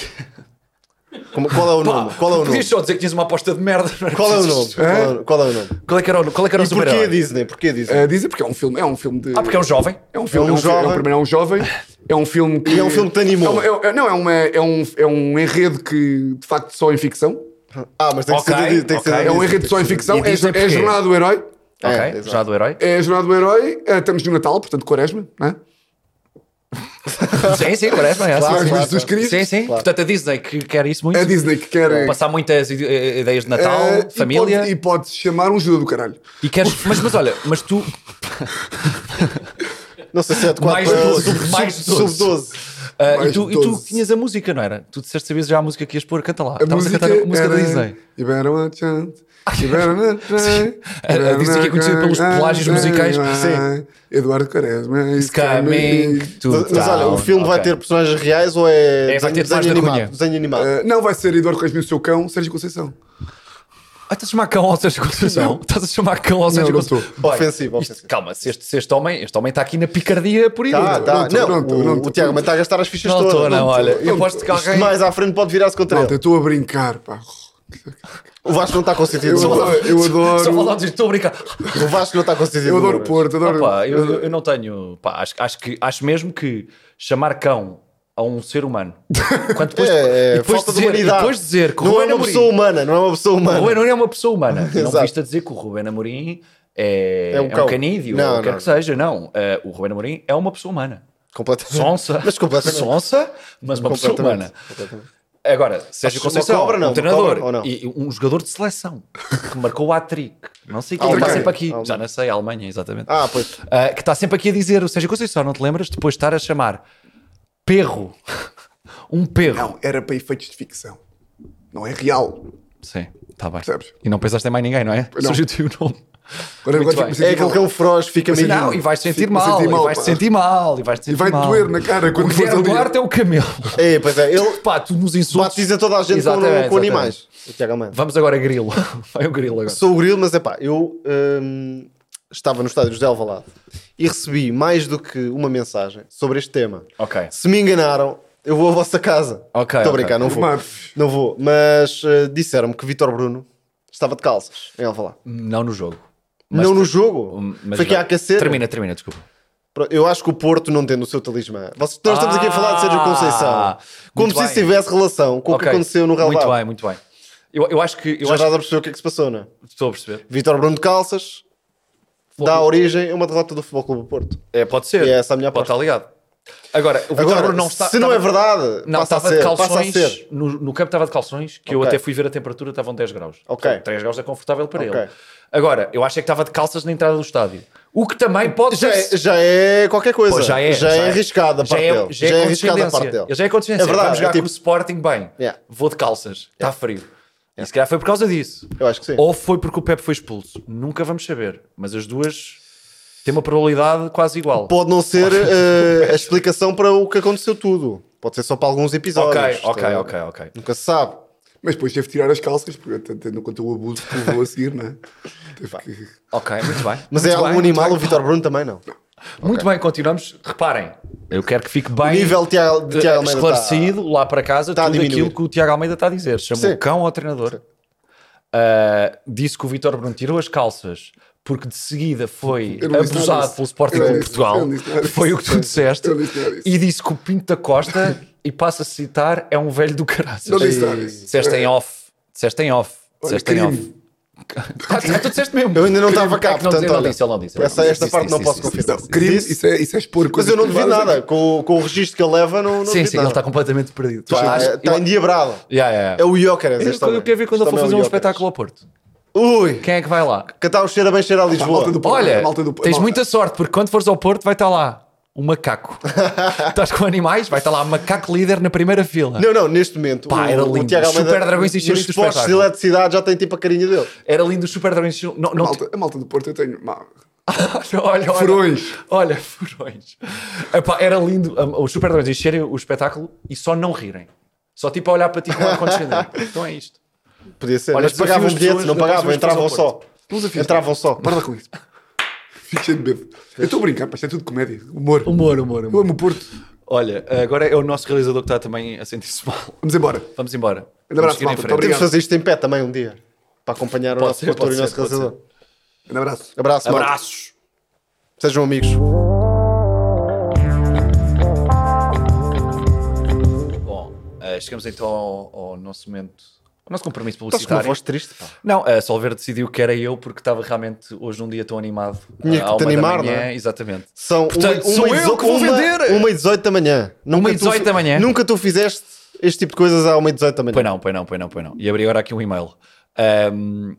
S2: Como- Qual é o
S1: Pá,
S2: nome? Qual é o nome?
S1: Podias só dizer que tinhas uma aposta de merda. não
S2: Qual é o nome?
S1: preciso-
S2: Qual é o- Qual é o nome?
S1: Qual é que era o, qual é que era o
S2: E porquê a
S1: super-herói?
S2: Disney? Porquê a Disney?
S3: A Disney, porque é um filme, é um filme de.
S1: Ah, porque é um jovem.
S3: É um filme,
S2: É um
S3: é um fi- é um
S2: jovem.
S3: primeiro é um jovem, é um filme que.
S2: E é um filme que te animou.
S3: É uma- é- é- não, é, uma- é um, é um enredo que de facto só em ficção.
S2: Ah, mas tem que
S1: Ok,
S2: ser da Disney. tem que ser da
S1: ok.
S3: É um
S2: Disney.
S3: enredo só em ficção.
S1: E
S3: É,
S1: dizem
S3: é a
S1: porquê?
S3: jornada do herói.
S1: Ok,
S2: É, exato.
S1: já do herói.
S3: É a jornada do herói. eh, estamos no Natal, portanto, Quaresma, não é?
S1: Sim, sim, parece, não é?
S3: Claro,
S1: Sim, sim.
S3: mas dos Cristo.
S1: Sim, sim.
S2: Claro.
S1: Portanto, a Disney que quer isso muito.
S3: É a Disney que quer. é,
S1: Passar muitas ide- eh, ideias de Natal,
S3: é, e
S1: família.
S3: pode- E pode chamar um Judas do caralho.
S1: E queres. Mas, mas olha, mas tu.
S2: Não sei se é de 4
S1: Mais
S2: para
S1: doze,
S2: sub-
S1: mais
S2: sub- sub-12.
S1: ah, e,
S3: Mais
S1: tu e tu
S3: 12.
S1: tinhas a música, não era? Tu disseste sabias já a música que ias pôr, canta lá.
S3: A
S1: Estavas a
S3: música
S1: cantar a música da
S3: era-
S1: Disney.
S3: You better watch out. You better not try.
S1: A- a Disney que é conhecida pelos pelágios musicais.
S3: Sim. Eduardo Quaresma.
S1: It's coming to
S2: Mas mas olha, o
S1: town.
S2: filme vai
S1: tá, Ok.
S2: ter personagens reais ou é,
S1: É, vai ter
S2: desenho,
S1: Tomás da Cunha.
S2: animado, desenho animado?
S3: Ah, não vai ser Eduardo Quaresma e o seu cão, Sérgio Conceição.
S1: Ah, estás a chamar cão ao Sérgio Conceição? Estás a chamar cão ao Sérgio
S3: não
S1: Conceição?
S3: estou.
S1: Olha,
S2: Ofensivo,
S1: isto-
S2: ofensivo.
S1: Calma, se este, se este homem este homem está aqui na picardia por aí.
S2: Tá,
S3: não,
S2: tá. Não,
S3: não,
S2: o,
S3: não,
S2: o
S3: não.
S2: Tiago, mas está a gastar as fichas
S1: Não
S2: todas.
S1: estou, não, olha.
S2: estou.
S1: Eu aposto que
S2: Isto
S1: alguém-
S2: mais à frente pode virar-se contra
S3: Malta, eu
S2: ele.
S3: estou a brincar, pá.
S2: O Vasco não está com sentido
S3: Eu
S2: de humor.
S3: adoro, eu adoro,
S1: Só falando disto, estou a brincar.
S2: O Vasco não está com sentido de
S3: eu adoro
S2: humor.
S3: o Porto, adoro.
S1: Opa, eu, eu- eu não tenho. pá, acho, acho que, acho mesmo que chamar cão a um ser humano. Quando depois,
S2: É, é,
S1: e depois
S2: falta de
S1: dizer, e
S2: humanidade.
S1: depois dizer que o
S2: Não é
S1: Ruben
S2: uma
S1: Amorim.
S2: pessoa humana, não é uma pessoa
S1: O
S2: humana.
S1: Ruben Amorim é uma pessoa humana. não
S2: Exato.
S1: viste a dizer que o Ruben Amorim é,
S2: É um
S1: é
S2: cão.
S1: canídeo, ou o
S2: Não,
S1: que
S2: não,
S1: quer que seja. Não. eh, o Ruben Amorim é uma pessoa humana.
S2: Completamente.
S1: Sonsa.
S2: Mas completamente.
S1: Sonsa, mas uma pessoa
S2: Completamente.
S1: humana.
S2: Completamente.
S1: Agora, Sérgio
S2: Acho uma
S1: Conceição,
S2: cobra, não,
S1: um
S2: uma
S1: treinador
S2: cobra, ou não?
S1: e um jogador de seleção que marcou o hat-trick, não sei quem, que
S2: Alemanha.
S1: está sempre aqui,
S2: Alemanha.
S1: já não sei, a Alemanha, exatamente,
S2: Ah, pois.
S1: Ah, que está sempre aqui a dizer, o Sérgio Conceição, não te lembras, depois de estar a chamar perro, um perro.
S3: Não, era para efeitos de ficção. Não é real.
S1: Sim, está bem.
S3: Percebes?
S1: E não pensaste em mais ninguém, não é?
S3: Não.
S1: Surgiu-te o nome.
S3: Agora,
S1: Muito bem.
S3: agora tipo, fico-me a
S2: É
S3: sentir
S2: aquele
S3: mal.
S2: cão feroz, fica meio.
S1: Não, e vais sentir
S3: Fico-me a
S1: mal,
S3: sentir
S1: e
S3: mal,
S1: vais
S3: pá.
S1: sentir mal, e vais sentir
S3: E vai
S1: mal.
S3: doer na cara
S1: O
S3: quando fores
S1: Guilherme
S3: ali.
S1: Duarte é o camelo.
S2: É, pois é. Ele
S1: Pá, tu nos insultas.
S2: batiza toda a gente com,
S1: Exatamente,
S2: com
S1: exatamente.
S2: animais. O Tiago Amanda.
S1: Vamos agora a grilo. Vai o grilo agora.
S2: Sou o grilo, mas é pá, eu hum, estava no estádio de Alvalade e recebi mais do que uma mensagem sobre este tema.
S1: Ok.
S2: Se me enganaram, eu vou à vossa casa.
S1: Ok,
S2: Estou
S1: ok.
S2: a brincar, não vou.
S3: Mas-
S2: Não vou. Mas eh, disseram-me que Vitor Bruno estava de calças em Alvalade.
S1: Não no jogo. Mas
S2: Não no
S1: foi-
S2: jogo.
S1: Mas
S2: Foi aqui
S1: vai-
S2: a aquecer.
S1: Termina, termina, desculpa.
S2: Pronto, Eu acho que o Porto não tendo o seu talismã. Vocês- Nós estamos aqui a falar de Sérgio
S1: Ah,
S2: Conceição. Como
S1: muito
S2: se isso
S1: bem.
S2: tivesse relação com o
S1: Ok.
S2: que aconteceu no Real
S1: Muito
S2: Madrid.
S1: bem, muito bem. Eu, eu acho que. Eu acho
S2: Já estás a perceber o que é que se passou, não é?
S1: que- Estou a perceber.
S2: Vitor Bruno de calças dá origem a uma derrota do Futebol Clube do Porto.
S1: É, pode ser.
S2: E é essa a minha
S1: Pode
S2: aposta.
S1: estar ligado. Agora, o Vitor
S2: Agora,
S1: Bruno não está.
S2: se não é
S1: estava-
S2: verdade,
S1: Não,
S2: passa, a
S1: estava
S2: ser,
S1: de
S2: passa a
S1: calções.
S2: ser.
S1: No, no campo estava de calções, que eu
S2: Ok.
S1: até fui ver a temperatura, estavam 10 graus.
S2: Ok.
S1: 3 graus é confortável para
S2: Ok.
S1: ele. Agora, eu achei que estava de calças na entrada do estádio. O que também pode
S2: Já
S1: ter-
S2: é, já é qualquer coisa.
S1: Pô, já é,
S2: já é arriscada a parte
S1: já é,
S2: dele.
S1: Já é,
S2: arriscada a parte
S1: condescendência.
S2: dele.
S1: Já é condescendência.
S2: É verdade,
S1: Vamos jogar
S2: é tipo-
S1: com o Sporting bem.
S2: Yeah.
S1: Vou de calças. Está frio. E se calhar foi por causa disso.
S2: Eu acho que sim.
S1: é- Ou foi porque o Pepe foi expulso. Nunca vamos saber. Mas as duas têm uma probabilidade quase igual.
S2: Pode não ser eh, a explicação para o que aconteceu tudo. Pode ser só para alguns episódios.
S1: ok,
S2: Está
S1: ok,
S2: bem?
S1: ok, ok.
S2: Nunca se sabe.
S3: Mas depois teve que tirar as calças, porque t- tendo conta o abuso que levou a seguir, não é? Teve que...
S1: Ok, muito bem.
S2: Mas
S1: muito
S2: é algum
S1: bem,
S2: animal, o
S1: Muito bem,
S2: Vitor Bruno também não.
S1: Muito bem, continuamos. Reparem, eu quero que fique bem
S2: Nível Tiago de Tiago
S1: eh,
S3: tá-
S2: Almeida
S1: esclarecido lá para casa
S2: está a
S1: tudo
S2: diminuir.
S1: aquilo que o Tiago Almeida está a dizer. Chamou
S2: Sim.
S1: o cão ao treinador. Ah, disse que o Vitor Bruno tirou as calças porque de seguida foi
S3: Eu não disse nada
S1: abusado
S3: disso.
S1: pelo Sporting
S3: Eu não
S1: Clube de
S3: disse- eu
S1: Portugal.
S3: não disse nada disso.
S1: Foi o que tu disseste.
S3: Eu não disse nada disso.
S1: E disse que o Pinto da Costa, e passa a citar, é um velho do caraças.
S3: Não disse nada disso.
S1: Disseste em off. Disseste em off.
S3: Olha,
S1: Disseste em off.
S3: crime.
S1: Ah, tu disseste mesmo.
S2: Eu ainda não estava cá,
S1: É que não,
S2: portanto,
S1: ele não
S2: olha,
S1: disse, ele não disse.
S2: essa-
S1: Ele não
S2: esta
S1: disse,
S2: parte
S1: disse,
S2: não posso
S1: disse, disse,
S2: confirmar.
S3: Não, crime,
S2: Disse-
S3: isso é, isso é expor
S2: Mas
S3: coisas
S2: eu não devido
S3: privadas.
S2: nada. Com, com o registro que ele leva, não, não
S1: Sim,
S2: devido
S1: sim,
S2: nada.
S1: ele tá- está completamente perdido. Tu
S2: Está,
S1: achas-
S2: está endiabrado.
S1: Yeah, yeah,
S2: É
S1: yeah.
S2: o Iócaras.
S1: Eu,
S2: este
S1: eu,
S2: homem.
S1: quero ver quando
S2: Este
S1: ele for
S2: homem é
S1: fazer
S2: o
S1: um
S2: Iócaras.
S1: espetáculo ao Porto.
S2: Ui!
S1: Quem é que vai lá?
S2: Catar o cheiro a bem cheira a
S3: A
S2: Lisboa.
S3: malta do Porto,
S1: Olha,
S3: a malta do, a
S1: tens
S3: malta-
S1: muita sorte, porque quando fores ao Porto vai estar lá um macaco. Estás com animais, vai estar lá um macaco líder na primeira fila.
S2: Não, não, neste momento.
S1: Pá,
S2: o,
S1: era
S2: o
S1: lindo.
S2: Tiago
S1: Super
S2: Almeida.
S1: dragões e
S2: nos
S1: chouriços do
S2: postos de
S1: espetáculo.
S2: eletricidade já tem tipo a carinha dele.
S1: Era lindo, os super dragões. Não,
S3: a
S1: não
S3: malta, a malta do Porto eu tenho. Má,
S1: Olha, olha, olha.
S3: Furões.
S1: Olha, furões. Epá, era lindo. Um, Os super dragões encherem o espetáculo e só não rirem. Só tipo a olhar para ti com ar condicionado. Então é isto.
S2: Podia ser.
S1: Olha,
S2: mas
S1: desafio
S2: pagavam
S1: as
S2: bilhetes,
S1: pessoas,
S2: não
S1: da
S2: pagavam,
S1: próxima
S2: entravam
S1: vez que fores
S2: só.
S1: ao
S2: Entravam só.
S3: para lá com isso. Fico cheio de medo. Eu estou a brincar, pá, isto é tudo comédia. Humor.
S1: Humor, humor, humor.
S3: Eu amo o Porto.
S1: Olha, agora é o nosso realizador que está também a sentir-se mal.
S3: Vamos embora.
S1: Vamos embora.
S3: Um abraço,
S1: Vamos seguir em
S3: malta.
S1: frente.
S3: Muito
S2: Temos de fazer isto em pé também um dia. Para acompanhar o
S1: Pode
S2: nosso
S1: ser,
S2: produtor e
S1: pode
S2: o nosso
S1: ser, pode
S2: realizador.
S3: Um abraço.
S2: Abraço, malta.
S1: Abraços.
S2: Sejam amigos.
S1: Bom, eh, chegamos então ao, ao nosso momento o nosso compromisso
S2: Estás com uma
S1: publicitário.
S2: voz triste, pá.
S1: Não, a Solver decidiu que era eu porque estava realmente hoje num dia tão animado. eh,
S2: Tinha que
S1: à uma
S2: te
S1: da
S2: animar,
S1: manhã,
S2: não é?
S1: Exatamente.
S2: São
S1: Portanto, sou eu
S2: dezo-
S1: que vou
S2: uma-
S1: vender!
S2: Uma e 18 da manhã. Nunca
S1: e
S2: tu
S1: 18
S2: fi-
S1: da manhã.
S2: Nunca tu fizeste este tipo de coisas à uma e 18 da manhã.
S1: Pois não, pois não, pois não, pois não. E abri agora aqui um e-mail. Ahm,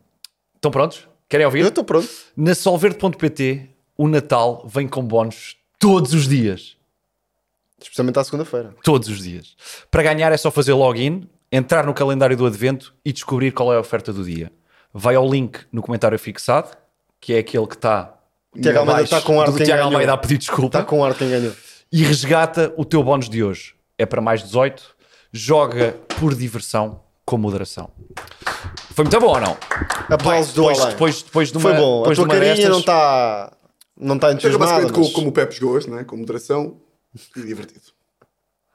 S1: estão prontos? Querem ouvir?
S2: Eu estou pronto.
S1: Na solverde.pt, o Natal vem com bónus todos os dias.
S2: Especialmente à segunda-feira.
S1: Todos os dias. Para ganhar é só fazer login, entrar no calendário do advento e descobrir qual é a oferta do dia. Vai ao link no comentário fixado, que é aquele que está.
S2: Tiago Almeida está com ar
S1: do
S2: de quem
S1: Tiago
S2: ganhou.
S1: Almeida a pedir desculpa.
S2: Está Um Tá com ar quem ganhou.
S1: e resgata o teu bónus de hoje. É para mais 18. Joga por diversão com moderação. Foi muito bom ou não?
S2: Aplausos do
S1: depois,
S2: Alain.
S1: depois, depois de uma,
S2: Foi bom. A
S1: Depois
S2: tua
S1: de uma
S2: carinha
S1: destas,
S2: não tá- está não está
S3: Chega
S2: entusiasmada.
S3: basicamente é com-
S2: mas-
S3: como o Pepe jogou hoje, né? com moderação e divertido.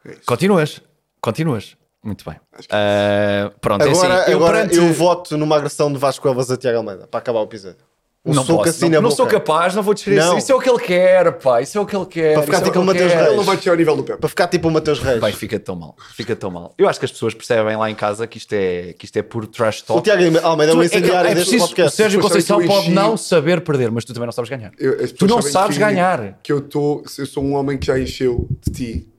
S3: É isso.
S1: Continuas. Continuas. Muito bem.
S3: Acho que-
S1: Ah, pronto, é
S2: Agora,
S1: assim, eu
S2: agora
S1: perante-
S2: eu voto numa agressão de Vasco Elvas a Tiago Almeida para acabar o episódio. Um
S1: não
S2: soco
S1: posso,
S2: assim
S1: não,
S2: na
S1: não
S2: boca.
S1: sou capaz, não vou descer isso.
S2: Não.
S1: Isso é o que ele quer, pá. Isso é o que ele quer.
S2: Para ficar
S1: isso é o
S2: tipo
S1: que ele
S2: Mateus
S1: quer.
S2: Reis.
S3: Ele não vai chegar ao nível do Pepe.
S2: Para ficar tipo o Mateus Reis.
S1: Bem, fica tão mal. Fica tão mal. Eu acho que as pessoas percebem lá em casa que isto é, que isto é puro trash
S2: o
S1: talk.
S2: Tiago Almeida é um
S1: Tu- é que-
S2: incendiário
S1: é
S2: deste
S1: preciso- O
S2: podcast.
S1: Sérgio
S3: Depois
S1: Conceição
S3: sabem que eu
S1: pode
S3: enchi-
S1: não saber perder, mas tu também não sabes ganhar.
S3: Eu- as
S1: tu
S3: pessoas
S1: não
S3: sabem
S1: sabes
S3: que-
S1: ganhar.
S3: Que eu, tô, eu sou um homem que já encheu de ti.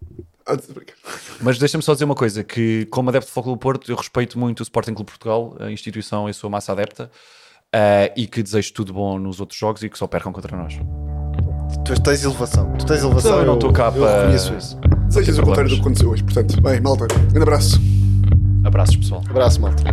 S3: Ah, de- brincar.
S1: Mas deixa-me só dizer uma coisa: que como adepto do Futebol do Porto, eu respeito muito o Sporting Clube de Portugal, a instituição, eu sou massa adepta, eh, e que desejo tudo bom nos outros jogos e que só percam contra nós.
S2: Tu tens elevação. Tu tens elevação.
S1: Eu não estou cá
S2: eu
S1: para-
S2: reconheço isso.
S3: Desejas
S1: problemas.
S3: o contrário do que aconteceu hoje. Portanto, bem, malta, um grande abraço.
S1: Abraços, pessoal.
S2: Abraço, malta.